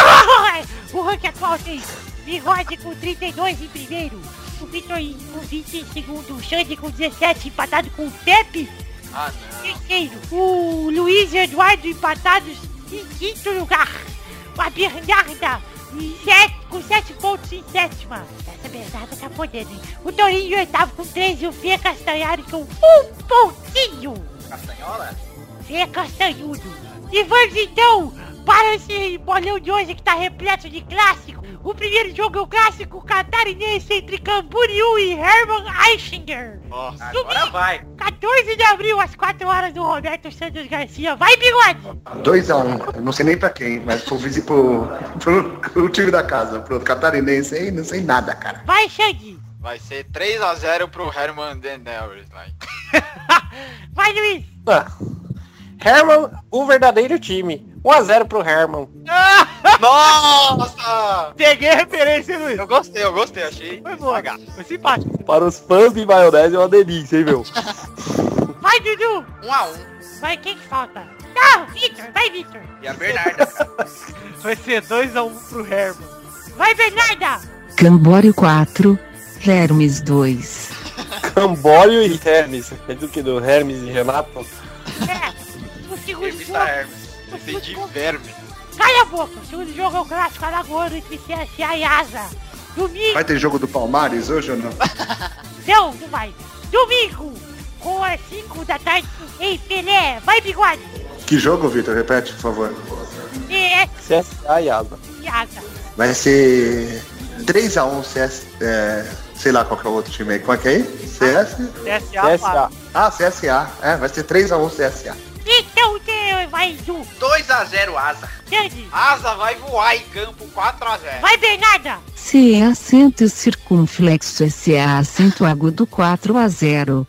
o ranking atual tem Bigode com 32 em primeiro. O Vitor em- com 20 em segundo. O Xande com 17, empatado com o Pepe. Ah, não. em Terceiro. O Luiz e Eduardo empatados em quinto lugar. A Bernarda em sete- com 7 pontos em sétima. Essa Bernarda tá podendo, hein? O Torinho em oitavo com 3 e o Fê Castanhari com um pontinho. Castanhola? Fê é Castanhudo. E vamos então para esse bolão de hoje que tá repleto de clássico. O primeiro jogo é o clássico catarinense entre Camboriú e Herman Eichinger. Nossa, agora vai. 14 de abril, às 4 horas, do Roberto Santos Garcia. Vai, bigode! 2x1. Eu não sei nem pra quem, mas pro, visi- pro, pro, pro time da casa, pro catarinense aí, não sei nada, cara. Vai, Xande! Vai ser 3x0 pro Herman Denevers, vai. Vai, Luiz! Ah. Herman, o verdadeiro time. 1x0 pro Herman. Nossa! Peguei a referência, Luiz. Eu gostei, eu gostei, achei. Foi boa, foi simpático. Para os fãs de maionese é uma delícia, hein, meu? Vai, Dudu! 1 a 1 Vai, quem que falta? Não, Vitor! Vai, Vitor! E a Bernarda. Vai ser 2x1 um pro Herman. Vai, Bernarda! Cambório 4, Hermes 2. Cambório e Hermes. É do que? Do Hermes e Renato? É. O segundo Revista é. jogo... Hermes. Entendi verme. Cala a boca! O segundo jogo é o clássico alagoano entre CSA e Asa. Domingo... Vai ter jogo do Palmares hoje ou não? Não, não vai. Domingo, com as 5 da tarde, em Pelé. Vai, bigode. Que jogo, Vitor? Repete, por favor. É CSA e Asa. piada. Vai ser 3x1 CS. é, sei lá qual que é o outro time aí. Qual é que é aí? CS? CSA, CSA. Ah, CSA. É, vai ser 3x1 CSA. Então, Deus, vai, Du. 2x0 Asa. Grande. Asa vai voar em campo 4x0. Vai, Bernarda. CE acento circunflexo SA acento agudo 4 a 0.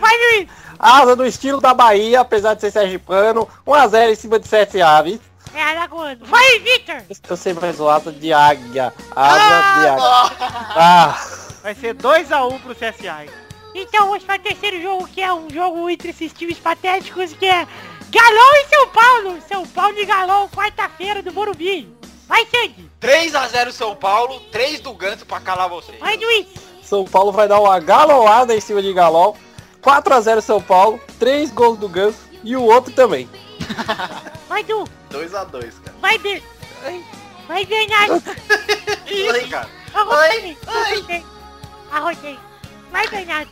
Vai, Luiz. Asa do estilo da Bahia, apesar de ser sergipano. 1x0 em cima de 7 aves. É alagoano. Vai, Victor. Eu sei mais o asa de águia. Asa de águia. Ah, Vai ser 2x1 pro CSA. hein? Então, hoje para o terceiro jogo, que é um jogo entre esses times patéticos, que é Galol e São Paulo. São Paulo e Galol, quarta-feira, do Morumbi. Vai, Sandy. 3x0 São Paulo, 3 do Ganso pra calar vocês. Vai, Luiz. São Paulo vai dar uma galoada em cima de Galol. 4x0 São Paulo. 3 gols do Ganso. E o outro também. Vai, Du. 2x2, cara. Vai, Ber... Ai. Vai, Bernardo. Que isso, cara? Arrotei. Arrotei. Arrotei. Vai, Bernardo.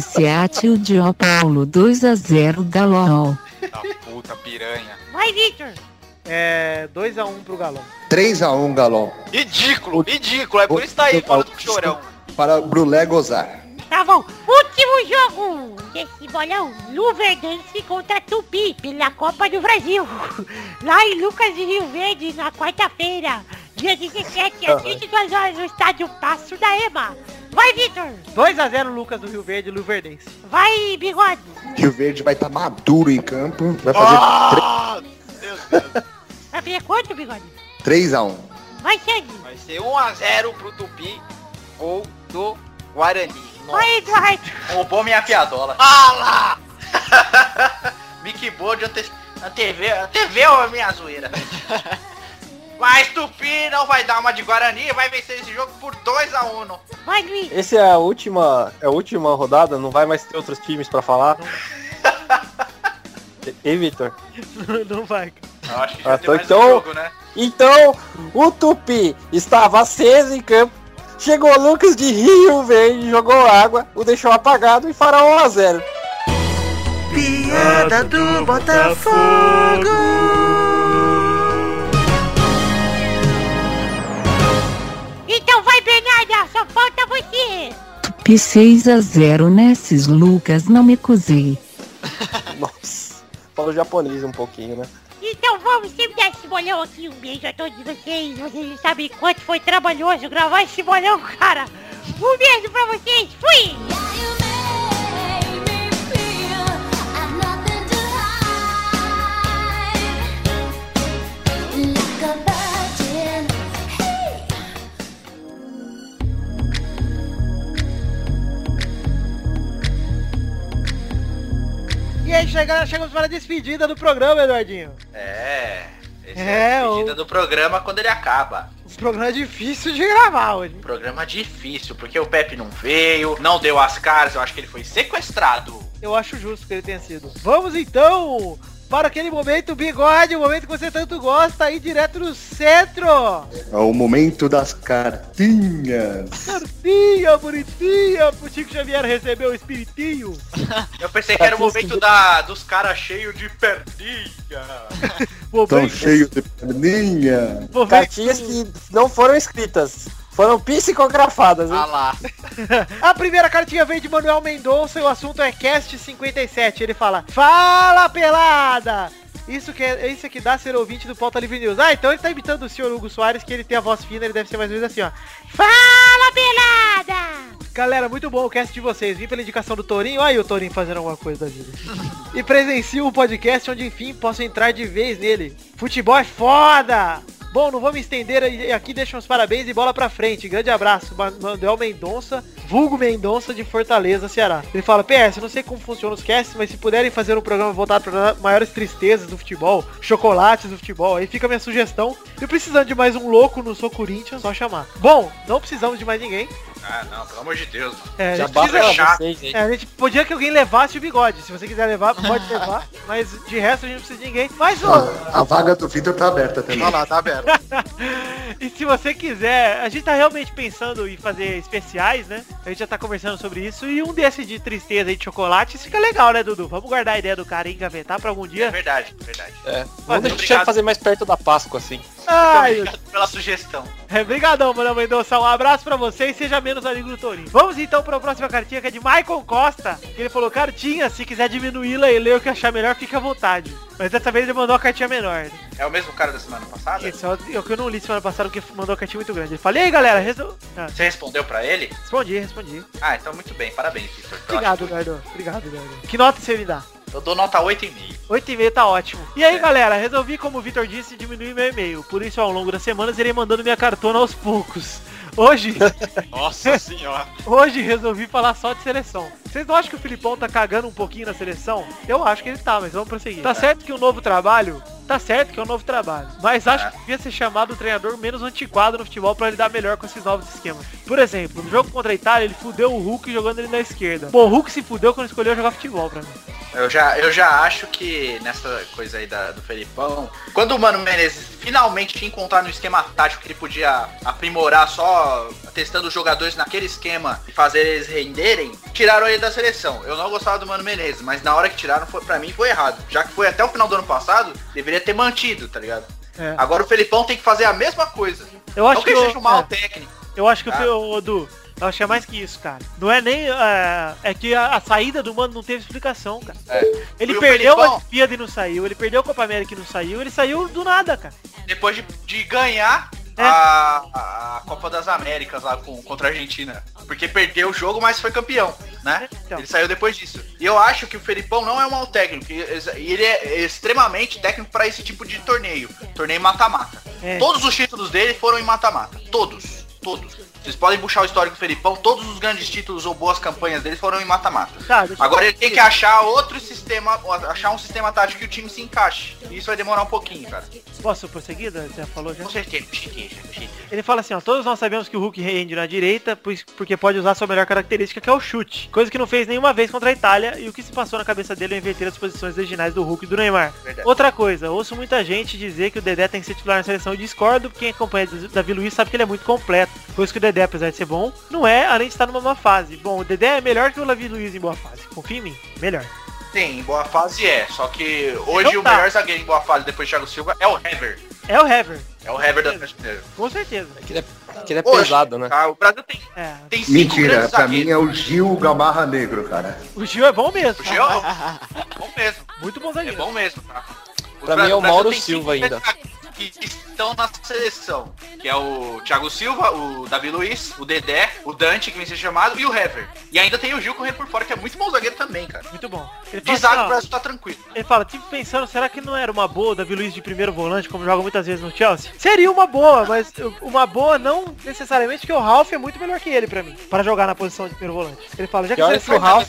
SA tilde O Paulo 2 a 0 Galol. Da puta piranha. Vai, Victor. É 2x1 pro Galão. 3x1, Galol. Ridículo, ridículo. É por isso que tá aí, fala do chorão. Para Brulé gozar. Tá bom. Último jogo desse bolão. Luverdense contra Tupi pela Copa do Brasil. Lá em Lucas de Rio Verde, na quarta-feira. Dia 17, às 22 horas, no estádio Passo da Ema. Vai, Victor. 2x0 Lucas do Rio Verde e Luverdense. Vai, Bigode. Rio Verde vai estar maduro em campo. Vai fazer Ah! Vai ver quanto, Bigode? 3x1. Vai, Sandy. Vai ser 1x0 pro Tupi, gol do Guarani. Vai, Eduardo. Roubou minha piadola. Fala! Me quebrou de ante... a TV. A TV é a minha zoeira. Mas Tupi não vai dar uma de Guarani e vai vencer esse jogo por 2x1. Vai, Luiz. Essa é a última, é a última rodada. Não vai mais ter outros times pra falar. E, e, Vitor? Não vai, cara. Eu acho que já Ah, tem tô- mais um então- jogo, né? Então, o Tupi estava aceso em campo. Chegou o Lucas de Rio Verde, jogou água, o deixou apagado e fará 1x0. Piada do Botafogo. Então vai, Bernarda, só falta você. Tupi 6 a 0 Nesses Lucas não me cozei. Nossa, falou japonês um pouquinho, né? Então vamos terminar esse bolão aqui. Um beijo a todos vocês. Vocês não sabem quanto foi trabalhoso gravar esse bolão, cara. Um beijo pra vocês. Fui! E aí, chega- chegamos para a despedida do programa, Eduardinho. É. Esse É, é, a despedida o- do programa quando ele acaba. O programa é difícil de gravar hoje. Programa difícil, porque o Pepe não veio, não deu as caras, eu acho que ele foi sequestrado. Eu acho justo que ele tenha sido. Vamos então para aquele momento bigode, o momento que você tanto gosta, aí direto no centro. É o momento das cartinhas. Cartinha bonitinha pro Chico Xavier receber o espiritinho. Eu pensei que era o momento da, dos caras cheios de perninha. Tão cheio de perninha. Cartinhas que não foram escritas, foram psicografadas. hein? lá. A primeira cartinha vem de Manuel Mendonça e o assunto é Cast 57. Ele fala, fala pelada! Isso que é isso é que dá ser ouvinte do Pauta Livre News. Ah, então ele tá imitando o senhor Hugo Soares, que ele tem a voz fina, ele deve ser mais ou menos assim, ó. Fala pelada! Galera, muito bom o cast de vocês. Vim pela indicação do Torinho. Olha aí o Torinho fazendo alguma coisa da vida. e presencio um podcast onde, enfim, posso entrar de vez nele. Futebol é foda! Bom, não vou me estender e aqui deixo uns parabéns e bola pra frente. Grande abraço, Ma- Manuel Mendonça, vulgo Mendonça de Fortaleza, Ceará. Ele fala, PS, eu não sei como funciona os casts, mas se puderem fazer um programa voltado para maiores tristezas do futebol, chocolates do futebol, aí fica a minha sugestão. E precisando de mais um louco no Sou Corinthians, só chamar. Bom, não precisamos de mais ninguém. Ah, não, pelo amor de Deus. mano. É, Esse a gente título precisa- é chato. É, a gente podia que alguém levasse o bigode. Se você quiser levar, pode levar. mas de resto a gente não precisa de ninguém. Mas, ô, Ah, A vaga do Vitor tá aberta também. Tá lá, tá aberta. E se você quiser, a gente tá realmente pensando em fazer especiais, né? A gente já tá conversando sobre isso. E um desse de tristeza e de chocolate fica legal, né, Dudu? Vamos guardar a ideia do cara e engavetar pra algum dia. É verdade, é verdade. É. Vamos Mas deixar obrigado. de fazer mais perto da Páscoa, assim. Ai, Obrigado pela sugestão. É, brigadão, Manuel Mendonça. Um abraço pra vocês. Seja menos amigo do Torinho. Vamos então pra próxima cartinha, que é de Michael Costa. que Ele falou, cartinha, se quiser diminuí-la e ler o que achar melhor, fica à vontade. Mas dessa vez ele mandou a cartinha menor. né? É o mesmo cara da semana passada? Isso, é o que eu não li semana passada, porque mandou a cartinha muito grande. Ele falou, e aí, galera, resol... Ah, Você respondeu pra ele? respondi, respondi. Ah, então muito bem, parabéns, Vitor. Eu Obrigado, Eduardo. Obrigado, Eduardo. Que nota você me dá? acho- Eu dou nota 8,5. 8 e meio tá ótimo. E É. aí, galera, resolvi, como o Vitor disse, diminuir meu e-mail. Por isso, ao longo das semanas, irei mandando minha cartona aos poucos. Hoje, Nossa senhora. hoje resolvi falar só de seleção. Vocês não acham que o Filipão tá cagando um pouquinho na seleção? Eu acho que ele tá, mas vamos prosseguir. Tá certo que o novo trabalho... Tá certo que é um novo trabalho, mas acho que devia ser chamado um treinador menos antiquado no futebol pra lidar melhor com esses novos esquemas. Por exemplo, no jogo contra a Itália, ele fudeu o Hulk jogando ele na esquerda. Pô, o Hulk se fudeu quando escolheu jogar futebol pra mim. Eu já, eu já acho que nessa coisa aí da- do Felipão, quando o Mano Menezes finalmente encontrar no esquema tático que ele podia aprimorar só testando os jogadores naquele esquema e fazer eles renderem, tiraram ele da seleção. Eu não gostava do Mano Menezes, mas na hora que tiraram, foi, pra mim foi errado. Já que foi até o final do ano passado, deveria ter mantido, tá ligado? É. Agora o Felipão tem que fazer a mesma coisa. Eu acho não que, que ele eu- seja um mau é. técnico. Eu acho que o Ah. teu, ô, Du, eu acho que é mais que isso, cara. Não é nem. É, é que a, a saída do mano não teve explicação, cara. Ele E É. o perdeu a Felipão? Olimpíada e não saiu, ele perdeu a Copa América e não saiu, ele saiu do nada, cara. Depois de, de ganhar a, a- a Copa das Américas lá com, contra a Argentina. Porque perdeu o jogo, mas foi campeão, né? Ele saiu depois disso. E eu acho que o Felipão não é um mau técnico. E e ele é extremamente técnico para esse tipo de torneio. Torneio mata-mata. É. Todos os títulos dele foram em mata-mata. Todos. Todos. Vocês podem puxar o histórico do Felipão. Todos os grandes títulos ou boas campanhas dele foram em mata-mata. Tá, deixa eu- Agora ele tem que achar outro sistema, achar um sistema tático que o time se encaixe. E isso vai demorar um pouquinho, cara. Posso prosseguir? Dan? Você já falou já? Com certeza, Chiquinho, Chiquinho. Ele fala assim, ó, todos nós sabemos que o Hulk rende na direita, pois- porque pode usar sua melhor característica, que é o chute. Coisa que não fez nenhuma vez contra a Itália, e o que se passou na cabeça dele é inverter as posições originais do Hulk e do Neymar. Verdade. Outra coisa, ouço muita gente dizer que o Dedé tem que ser titular na seleção, e discordo, quem acompanha o Davi Luiz sabe que ele é muito completo, pois que o Dedé, apesar de ser bom, não é, além de estar numa má fase. Bom, o Dedé é melhor que o Davi Luiz em boa fase, confia em mim, melhor. Sim, em boa fase é. Só que hoje o melhor zagueiro em boa fase depois do Thiago Silva é o Hever. É o Hever, É o Hever da Atlético Mineiro. com certeza. É, Que ele é Hoje, pesado, né? tá? O Brasil tem, tem cinco Mentira, grandes pra zagueiros. mim é o Gil Gamarra Negro, cara. O Gil é bom mesmo. O Gil é bom mesmo. Muito bom zagueiro. É bom mesmo, tá? O Pra Bra- mim é o Brasil Mauro tem cinco Silva ainda. grandes zagueiros Que estão na seleção, que é o Thiago Silva, o Davi Luiz, o Dedé, o Dante, que vem ser chamado, e o Hever. E ainda tem o Gil correndo por fora, que é muito bom zagueiro também, cara. Muito bom. Ele assim, De zaga, o Brasil tá tranquilo. Ele fala, tipo, pensando, será que não era uma boa o Davi Luiz de primeiro volante, como joga muitas vezes no Chelsea? Seria uma boa, mas uma boa não necessariamente porque o Ralph é muito melhor que ele pra mim, para jogar na posição de primeiro volante. Ele fala, já E que olha você que o Ralph.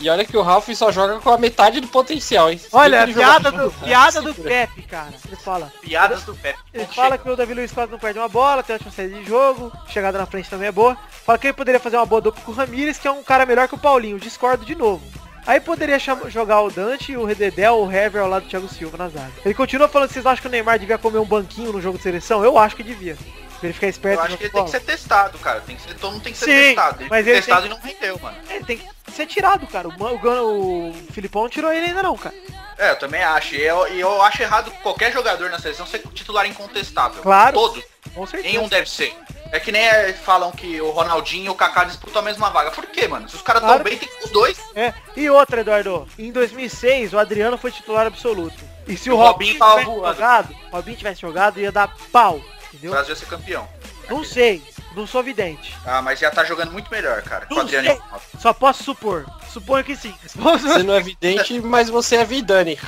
E olha que o Ralph só joga com a metade do potencial, hein? Se bem Olha, a que ele joga piada do, muito, né? piada do Pepe, cara. Ele fala. Piadas do Pepe. Ele fala que o Davi Luiz quase não perde uma bola, tem ótima saída de jogo, chegada na frente também é boa. Fala que ele poderia fazer uma boa dupla com o Ramires, que é um cara melhor que o Paulinho, discordo de novo. Aí poderia cham- jogar o Dante, o Rededel, o Hever ao lado do Thiago Silva na zaga. Ele continua falando que vocês acham que o Neymar devia comer um banquinho no jogo de seleção? Eu acho que devia. Pra ele ficar esperto Eu no acho que ele tem futebol. que ser testado, cara. Tem que ser, todo mundo tem que ser Sim, testado. Ele mas foi ele testado tem- e não rendeu, mano. Ele É, tem que ser tirado, cara. O, Man- o, Gana- o Filipão não tirou ele ainda não, cara. É, eu também acho. E eu, e eu acho errado qualquer jogador na seleção ser titular incontestável. Claro. Todos. Com certeza. Nenhum deve ser. É que nem é, falam que o Ronaldinho e o Kaká disputam a mesma vaga. Por quê, mano? Se os caras Claro. tão bem, tem que ser os dois. É. E outra, Eduardo. Em 2006, o Adriano foi titular absoluto. E se o, O Robinho, Robinho tava tivesse voando. jogado, o Robinho tivesse jogado, ia dar pau. O Brasil ia ser campeão. Não sei, não sou vidente. Ah, mas já tá jogando muito melhor, cara. Com o Não Adriano sei. e com o Robinho. Só posso supor. Suponho que sim. Você não é vidente, mas você é vidane.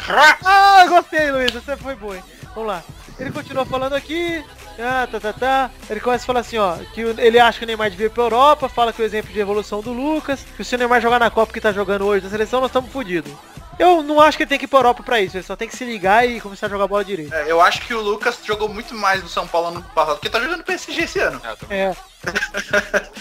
ah, gostei, Luiz. Você foi boa, hein? Vamos lá. Ele continua falando aqui. Ah, tá, tá, tá. Ele começa a falar assim, ó, que o- ele acha que o Neymar devia ir pra Europa, fala que o exemplo de evolução do Lucas, que se o Neymar jogar na Copa que tá jogando hoje na seleção, nós estamos fodidos. Eu não acho que ele tem que ir pra Europa pra isso, ele só tem que se ligar e começar a jogar bola direito. É, eu acho que o Lucas jogou muito mais no São Paulo ano passado, porque tá jogando no PSG esse ano. É.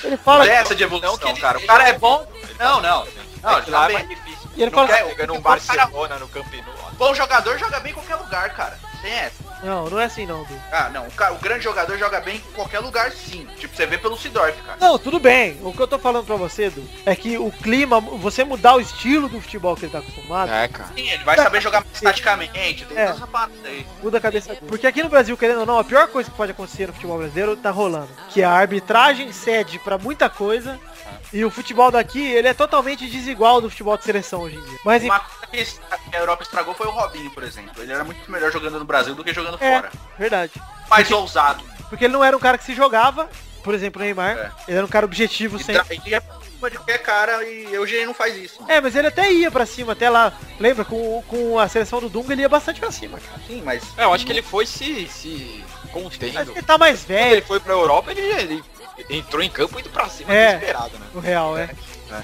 Ele fala que- Dessa de evolução, cara. O cara é bom. tá Não, não. Não, É que lá joga é mais bem. difícil. E ele não fala quer assim, pegando que um o cara- Barcelona no Camp Nou. ó. Bom jogador joga bem em qualquer lugar, cara. Tem essa. Não, não é assim não, Du. Ah, não. O, cara, o grande jogador joga bem em qualquer lugar, sim. Tipo, você vê pelo Sidorf, cara. Não, tudo bem. O que eu tô falando pra você, Du, é que o clima, você mudar o estilo do futebol que ele tá acostumado, É, cara. Sim, ele vai saber jogar mais taticamente. Tem É. todas essas paradas aí. muda a cabeça dele. Porque aqui no Brasil, querendo ou não, a pior coisa que pode acontecer no futebol brasileiro tá rolando. Que a arbitragem cede pra muita coisa. E o futebol daqui, ele é totalmente desigual do futebol de seleção hoje em dia. Mas enfim, Uma coisa que estra- que a Europa estragou foi o Robinho, por exemplo. Ele era muito melhor jogando no Brasil do que jogando é, fora. verdade. Mais ousado. Porque ele não era um cara que se jogava, por exemplo, o Neymar. Ele era um cara objetivo E sempre. tra- Ele é pra cima de qualquer cara e hoje ele não faz isso. É, mas ele até ia pra cima, até lá. Lembra, com, com a seleção do Dunga, ele ia bastante pra cima, cara. Sim, mas. É, eu acho que ele foi se, se Mas contendo. ele tá mais velho. Quando ele foi pra Europa, ele, ele entrou em campo indo pra cima, É. desesperado, né? O real, é.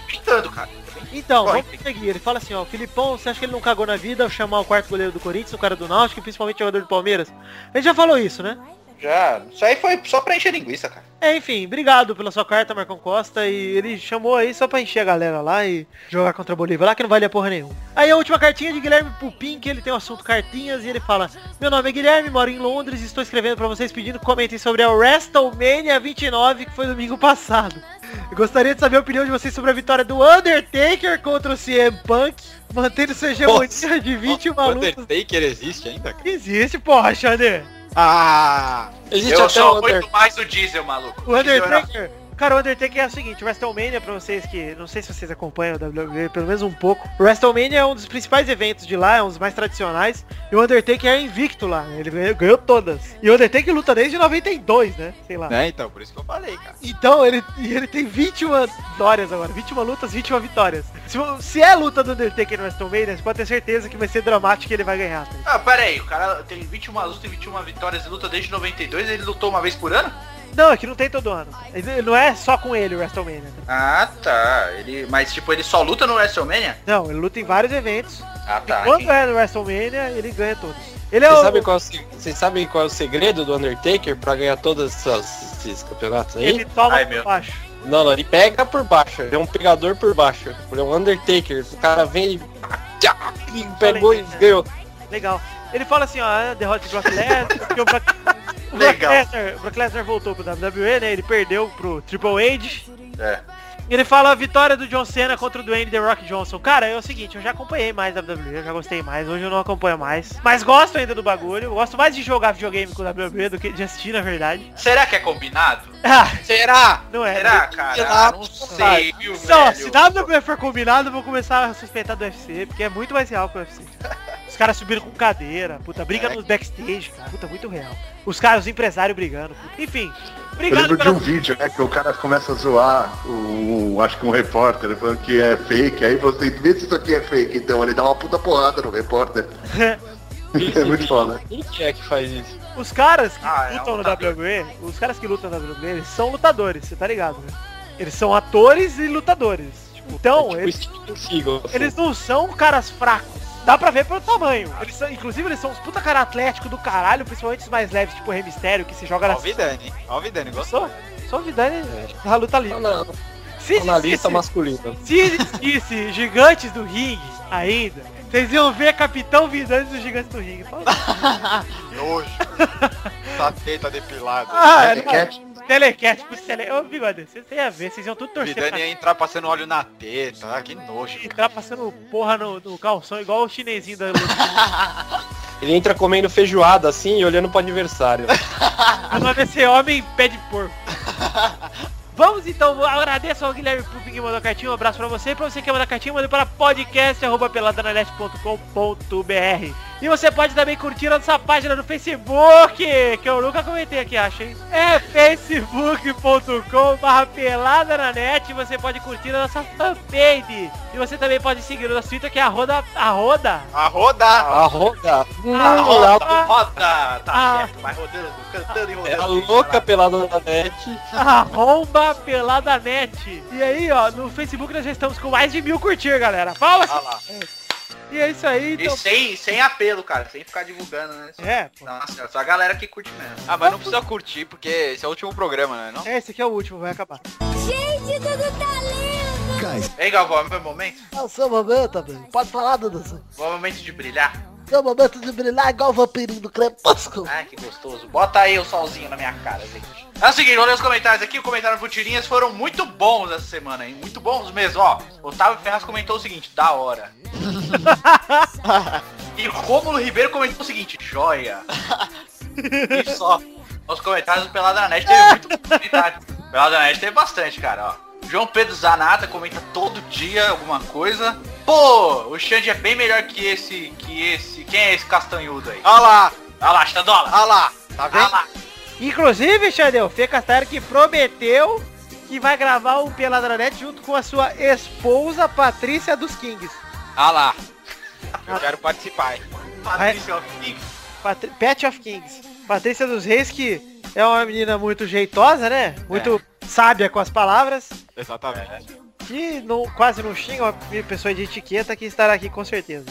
Pintando, cara. Então, Bom, vamos seguir. Ele fala assim, ó, o Filipão, você acha que ele não cagou na vida chamar o quarto goleiro do Corinthians, o cara do Náutico, e principalmente o jogador do Palmeiras? Ele já falou isso, né? Já. Isso aí foi só pra encher linguiça, cara. É, enfim, obrigado pela sua carta, Marcão Costa, e ele chamou aí só pra encher a galera lá e jogar contra a Bolívia lá, que não valia porra nenhuma. Aí a última cartinha é de Guilherme Pupim, que ele tem o assunto cartinhas, e ele fala, meu nome é Guilherme, moro em Londres, e estou escrevendo pra vocês pedindo que comentem sobre a WrestleMania 29, que foi domingo passado. Eu gostaria de saber a opinião de vocês sobre a vitória do Undertaker contra o CM Punk, mantendo sua hegemonia de 21 O lutas. Undertaker existe ainda, cara. Existe, porra, Xander. Ah! Existe eu até sou um o Under- muito mais o Diesel, maluco. O Diesel era- Undertaker. Cara, o Undertaker é o seguinte, WrestleMania, pra vocês que. Não sei se vocês acompanham o WWE, pelo menos um pouco. O WrestleMania é um dos principais eventos de lá, é um dos mais tradicionais. E o Undertaker é invicto lá. né? Ele ganhou- ganhou todas. E o Undertaker luta desde 92, né? Sei lá. Né, então, por isso que eu falei, cara. Então ele, e ele tem 21 vitórias agora. 21 lutas, 21 vitórias. Se, se é a luta do Undertaker no WrestleMania, você pode ter certeza que vai ser dramático e ele vai ganhar. tá? Ah, pera aí, o cara tem 21 lutas e 21 vitórias e luta desde 92 ele lutou uma vez por ano? Não, é que não tem todo ano. Ele- Não é só com ele o WrestleMania. né? Ah, tá. Ele, mas tipo, ele só luta no WrestleMania? Não, ele luta em vários eventos. Ah, E tá. quando é no WrestleMania, ele ganha todos. Ele é Vocês o... sabem, qual é o se- vocês sabem qual é o segredo do Undertaker pra ganhar todos essas- esses campeonatos aí? Ele toma Ai, por meu. baixo. Não, não, ele pega por baixo. Ele é um pegador por baixo. Ele é um Undertaker. O cara vem e. Tchá, e pegou e ganhou. Legal. Ele fala assim, ó, ah, derrota de Brock Lesnar, porque o Brock, o Brock Legal. Lesnar, o Brock Lesnar voltou pro WWE, né? Ele perdeu pro Triple H. É. Ele fala a vitória do John Cena contra o Dwayne The Rock Johnson. Cara, é o seguinte, eu já acompanhei mais a WWE, eu já gostei mais, hoje eu não acompanho mais. Mas gosto ainda do bagulho, eu gosto mais de jogar videogame com o WWE do que de assistir, na verdade. Será que é combinado? Ah, Será? não é. Será, cara? Ah, não sei, viu, Só, velho? se WWE for combinado, eu vou começar a suspeitar do UFC, porque é muito mais real que o UFC. Os caras subiram com cadeira, puta, briga nos backstage, cara. Puta, muito real. Os caras, os empresários brigando. puta. Enfim, eu obrigado lembro de pela um vídeo, né? Que o cara começa a zoar, o, acho que um repórter, falando que é fake. Aí você vê se isso aqui é fake. Então ele dá uma puta porrada no repórter. é muito foda. Quem que é que faz isso? um- Os caras que lutam no WWE, os caras que lutam no WWE, eles são lutadores, você tá ligado, né? Eles são atores e lutadores. Tipo, então, eles, eles não são caras fracos. Dá pra ver pelo tamanho. Eles são, inclusive, eles são uns puta cara atlético do caralho, principalmente os mais leves, tipo o Rei Mistério, que se joga na... Ó o Vidani, ó o Vidani, Só, gostou? só né? o Vidani na luta livre. Não, não. tá Se, Analista se- masculino. se existisse gigantes do ringue ainda, vocês iam ver Capitão Vidani dos Gigantes do Ringue. Fala- Nojo. tá teta depilada. Ah, telecat. Telecat, por tele... Ô, bigode, vocês têm a ver, vocês iam tudo torcer Vidani ia entrar passando óleo na teta, ah, que nojo. pra entrar passando porra no, no calção, igual o chinesinho da luta. Ele entra comendo feijoada assim e olhando pro aniversário. O nome desse homem pé de porco. Vamos então, eu agradeço ao Guilherme Pupi que mandou a cartinha, um abraço pra você. Pra você que mandar cartinha, manda para podcast.peladanalete.com.br E você pode também curtir a nossa página no Facebook, que eu nunca comentei aqui, acho, hein? É facebook.com peladananet, você pode curtir a nossa fanpage. E você também pode seguir o nosso Twitter, que é arroda... arroda? Arroda! A roda. Ah, Lá- roda. Roda! Tá Ah. certo, vai rodando, cantando e É a rodando. louca pelada da net. Arromba pelada net. E aí, ó, no Facebook nós já estamos com mais de mil curtir, galera. Fala! Ah lá. E é isso aí, E então. sem, sem apelo, cara, sem ficar divulgando, né? Só, É, Nossa, senhora, só a galera que curte mesmo. Ah, mas não precisa curtir, porque esse é o último programa, né? Não? É, esse aqui é o último, vai acabar. Gente, tudo tá lindo. Ei, Galvão, é meu momento? É o seu momento, amigo. Pode falar, Dudu. Meu momento de brilhar. Seu momento de brilhar igual o vampirinho do Crepúsculo. Ai, que gostoso. Bota aí o solzinho na minha cara, gente. É o seguinte, vou ler os comentários aqui. O comentário do Tirinhas foram muito bons essa semana, hein? Muito bons mesmo, ó. Otávio Ferraz comentou o seguinte, da hora. e Rômulo Ribeiro comentou o seguinte, joia. e só. Os comentários do Pelada na Net teve muito comentário. Pelada na Net teve bastante, cara, ó. João Pedro Zanata comenta todo dia alguma coisa. Pô, o Xande é bem melhor que esse, que esse. Quem é esse castanhudo aí? Ah lá, Olha lá, Xandola. ah lá, tá vendo? Inclusive, Xandeu, Fê Castanho que prometeu que vai gravar o Peladranet junto com a sua esposa Patrícia dos Kings. Ah lá. Eu quero participar. hein? Patrícia Alfix. Patri- Pet of Kings. Patrícia dos Reis, que é uma menina muito jeitosa, né? Muito É. sábia com as palavras. Exatamente. Que não, quase não xinga uma pessoa de etiqueta que estará aqui com certeza.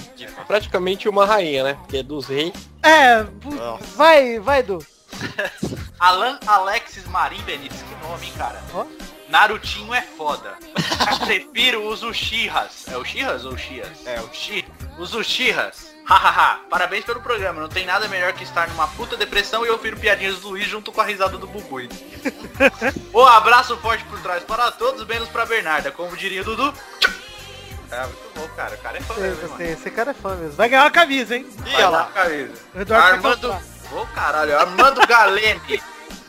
Praticamente uma rainha, né? Porque é dos reis. É, pu- vai, vai, Du. Alan Alexis Marim Benítez, que nome, hein, cara? Ó. Narutinho é foda. Prefiro os Uchihas. É o Chihas ou Chias? É o Chi. Os Uchihas. Hahaha. Parabéns pelo programa. Não tem nada melhor que estar numa puta depressão e ouvir piadinhas do Luiz junto com a risada do Bubui. um abraço forte por trás para todos, menos pra Bernarda. Como diria o Dudu. É, muito bom, cara. O cara é foda, Eu mesmo, mano. gostei, Esse cara é fã mesmo. Vai ganhar uma camisa, hein? Ih, Vai olha lá, lá. camisa. O Eduardo tá vai Armando. comprar. Ô caralho, Armando Galene.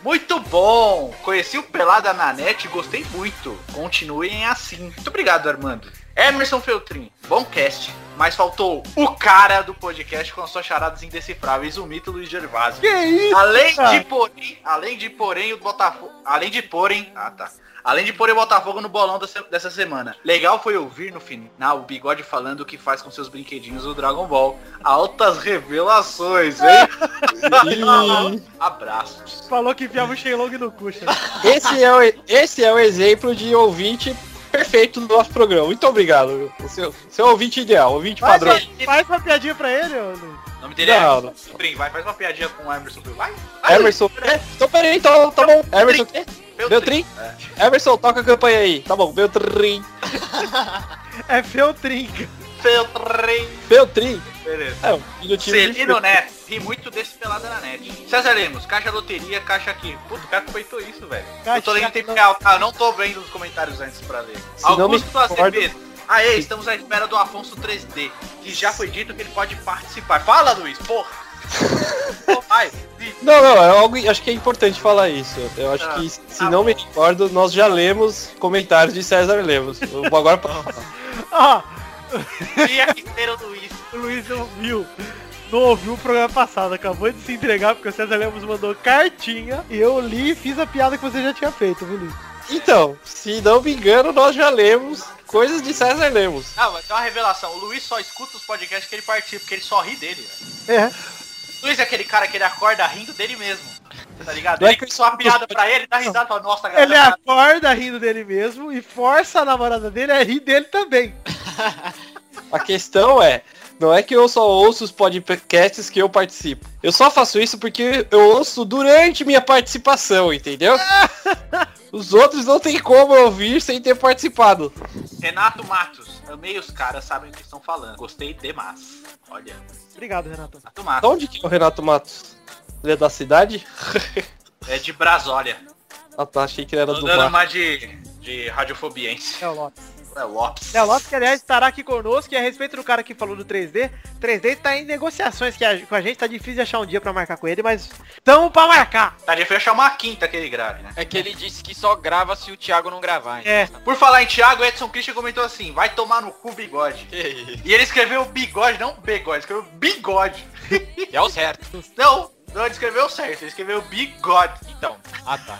Muito bom! Conheci o Pelada na net e gostei muito. Continuem assim. Muito obrigado, Armando. Emerson Feltrin, bom cast, mas faltou o cara do podcast com as suas charadas indecifráveis, o mito Luiz Gervásio. Que isso? Além cara? de porém, além de porém o Botafogo, além de porém, ah tá. Além de porém o Botafogo no bolão dessa- dessa semana. Legal foi ouvir no final o Bigode falando o que faz com seus brinquedinhos do Dragon Ball. Altas revelações, hein? Abraços. Falou que enfiava o Shenlong no cu, Xandão. Esse é, o, esse é o exemplo de ouvinte perfeito do nosso programa. Muito obrigado. O seu, seu ouvinte ideal, ouvinte Faz, padrão. uma- faz uma piadinha pra ele, ô, Lu. O nome dele é Não, Emerson Sobrinho. Vai, faz uma piadinha com o Emerson Sobrinho. Vai. vai Emerson. É, então peraí, então, tá bom. Emerson o quê? Beltrin? Emerson, toca a campanha aí. Tá bom, Beltrin. É Feltrinca. Feltrin. Beltrin? Beleza. É, o filho do time. de Celino Neto, ri muito desse pelada na net. César Lemos, caixa loteria, caixa aqui. Puta, o cara comentou isso, velho. Eu tô lendo em tempo real, tá? Eu não tô vendo os comentários antes pra ler. Se não me Augusto recordo- Azevedo. Aê, Ah, estamos à espera do Afonso 3D, que já foi dito que ele pode participar. Fala, Luiz, porra! Pô, vai. Não, não, é algo, acho que é importante falar isso. Eu acho Tá. que, se não me recordo, nós já lemos comentários de César Lemos. Eu vou agora pra... Ó, Tinha que ter o Luiz. o O Luiz não viu. Não ouviu o programa passado, acabou de se entregar porque o César Lemos mandou cartinha e eu li e fiz a piada que você já tinha feito, viu, Luiz? Então, se não me engano, nós já lemos coisas de César Lemos. Ah, mas tem uma revelação. O Luiz só escuta os podcasts que ele participa, porque ele só ri dele, velho. É. O Luiz é aquele cara que ele acorda rindo dele mesmo. Tá ligado? Não é Ele que eu só uma escuto piada os pra ele, dá risada e fala, nossa, galera. Ele é acorda rindo dele mesmo e força a namorada dele a rir dele também. A questão é, não é que eu só ouço os podcasts que eu participo. Eu só faço isso porque eu ouço durante minha participação, entendeu? Os outros não tem como ouvir sem ter participado. Renato Matos. Amei os caras, sabem o que estão falando. Gostei demais. Olha. Obrigado, Renato. Renato Matos. De onde que é o Renato Matos? Ele é da cidade? É de Brasólia. ah tá, achei que ele era Tô do dando bar. mais de, de radiofobia, hein? É o Lopes. É o Lopes. Léo Lopes, que aliás estará aqui conosco e a respeito do cara que falou do 3D, 3D tá em negociações que a- com a gente, tá difícil de achar um dia pra marcar com ele, mas tamo pra marcar. Tá, ele foi achar uma quinta que ele grave, né? É que ele disse que só grava se o Thiago não gravar. então. hein? É. Por falar em Thiago, Edson Christian comentou assim, vai tomar no cu bigode. E ele escreveu bigode, não bigode, escreveu bigode. E é o certo. Não, não, ele escreveu certo, ele escreveu bigode. Então, ah tá.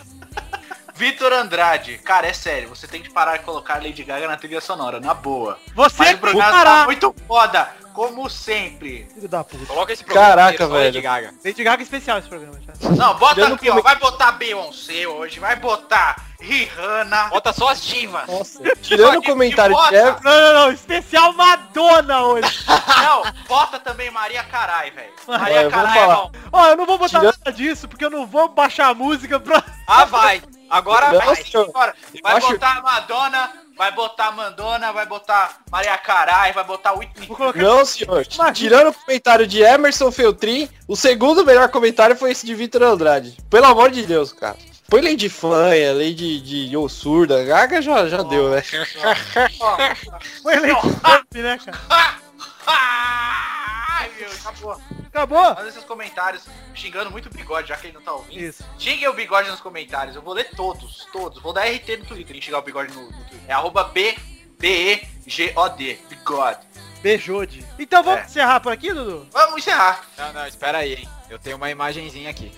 Vitor Andrade, cara, é sério, você tem que parar de colocar Lady Gaga na trilha sonora, na boa. Você Mas o programa parar. tá muito foda, como sempre. Filho da puta. Coloca esse programa. Caraca, inteiro, só Lady velho. Gaga. Lady Gaga especial esse programa já. Não, bota Eu não aqui, ó, come- vai botar Beyoncé hoje, vai botar Rihanna. Bota só as divas. Nossa, tirando o comentário de Ever- Não, não, não, especial Madonna hoje. Não, bota também Maria Carai, velho. Olha, Maria eu vou Carai é falar. bom. Ó, eu não vou botar Tirando- nada disso, porque eu não vou baixar a música pra... Ah, vai. Agora Não, vai. senhor. Agora, vai acho- botar a Madonna, vai botar a Mandona, vai botar Maria Carai, vai botar Whitney. Vou colocar... Não, senhor. Imagina. Tirando o comentário de Emerson Feltrin, o segundo melhor comentário foi esse de Vitor Andrade. Pelo amor de Deus, cara. Foi lei de fanha, lei de, de ossurda, gaga já, já deu, né? Foi eleito, né, cara? Ai, meu, acabou. Acabou? Manda esses comentários xingando muito o bigode, já que ele não tá ouvindo. Isso. Xinguem o bigode nos comentários. Eu vou ler todos, todos. Vou dar RT no Twitter e xingar o bigode no, no Twitter. É arroba B, B, E, G, O, D. Bigode. Beijode. Então vamos É. encerrar por aqui, Dudu? Vamos encerrar. Não, não, espera aí, hein. Eu tenho uma imagenzinha aqui.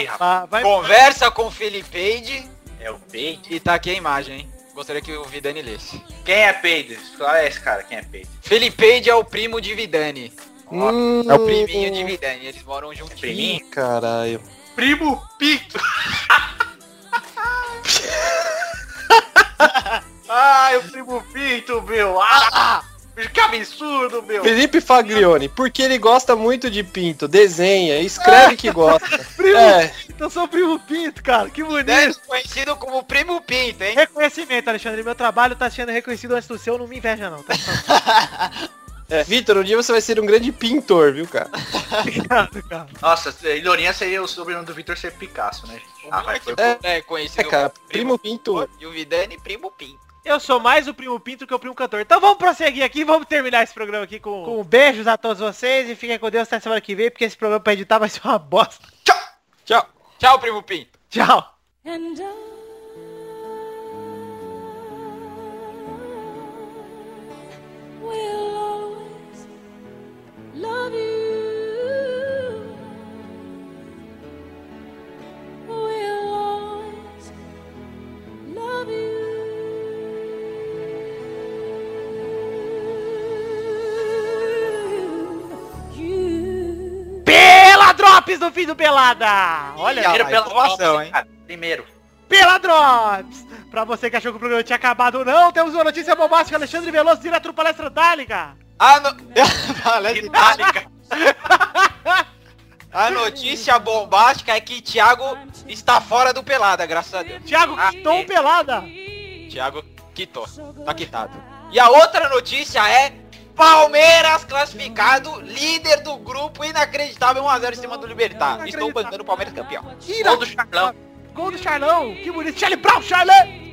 Ih, Rapaz, vai... Conversa com o Felipeide É o Peide. e tá aqui a imagem, hein. Gostaria que o Vidani lesse. Quem é Peide? Olha esse cara, quem é Peide? Felipeide é o primo de Vidani. Hum, É o priminho de Vidani. Eles moram juntinhos. Priminho? Caralho. Primo Pito. Ai, o Primo Pinto, meu. Ah, que absurdo, meu. Felipe Faglione, porque ele gosta muito de pinto, desenha, escreve que gosta. É, Então eu sou o Primo Pinto, cara, que bonito. Vidani é conhecido como Primo Pinto, hein? Reconhecimento, Alexandre. Meu trabalho tá sendo reconhecido antes do seu, não me inveja não. Tá é. Vitor, um dia você vai ser um grande pintor, viu, cara? ligado, cara. Nossa, eh, Lourinha seria o sobrenome do Vitor ser Picasso, né? gente? Ah, vai, foi... É, conhecido É, cara, como primo pintor. E o Vidani, Primo Pinto. Eu sou mais o Primo Pinto que o Primo Cantor. Então vamos prosseguir aqui, vamos terminar esse programa aqui com, com beijos a todos vocês e fiquem com Deus até semana que vem, porque esse programa pra editar vai ser uma bosta. Tchau. Tchau, Primo Pinto. Tchau. And I will always love you. Will always love you. You. Pela Drops no fim do Pelada! Olha, Primeiro cara, pela informação, hein? cara. Primeiro. Pela Drops! Pra você que achou que o programa tinha acabado ou não, temos uma notícia bombástica, Alexandre Veloso, direto do Palestra Itálica! A, Ah, no... Palestra itálica. A notícia bombástica é que Thiago está fora do Pelada, graças a Deus. Thiago, Ah, estou é. pelada! Thiago quitou, tá quitado. E a outra notícia é Palmeiras classificado, líder do grupo, inacreditável 1x0 em cima do Libertar. Estou bancando o Palmeiras campeão. Tira! Ou do Charlão. Gol do Charlão! Que bonito! Charlie Brown, Charlie!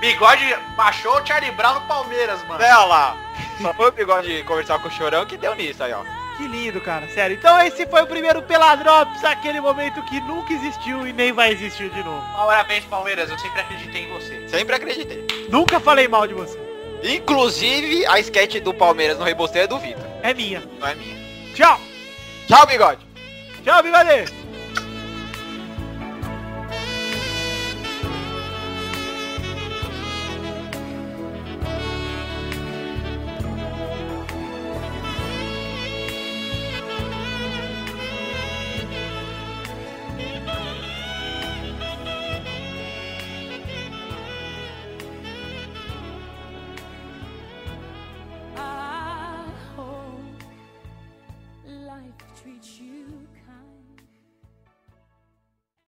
Bigode baixou o Charlie Brown no Palmeiras, mano. Olha lá. Só foi o bigode de conversar com o Chorão que deu nisso aí, ó. Que lindo, cara, sério. Então esse foi o primeiro Pela Drops, aquele momento que nunca existiu e nem vai existir de novo. Parabéns, Palmeiras. Eu sempre acreditei em você. Sempre acreditei. Nunca falei mal de você. Inclusive, a sketch do Palmeiras no Rebosteiro é do Vitor. É minha. Não é minha. Tchau. Tchau, bigode. Tchau, bigode.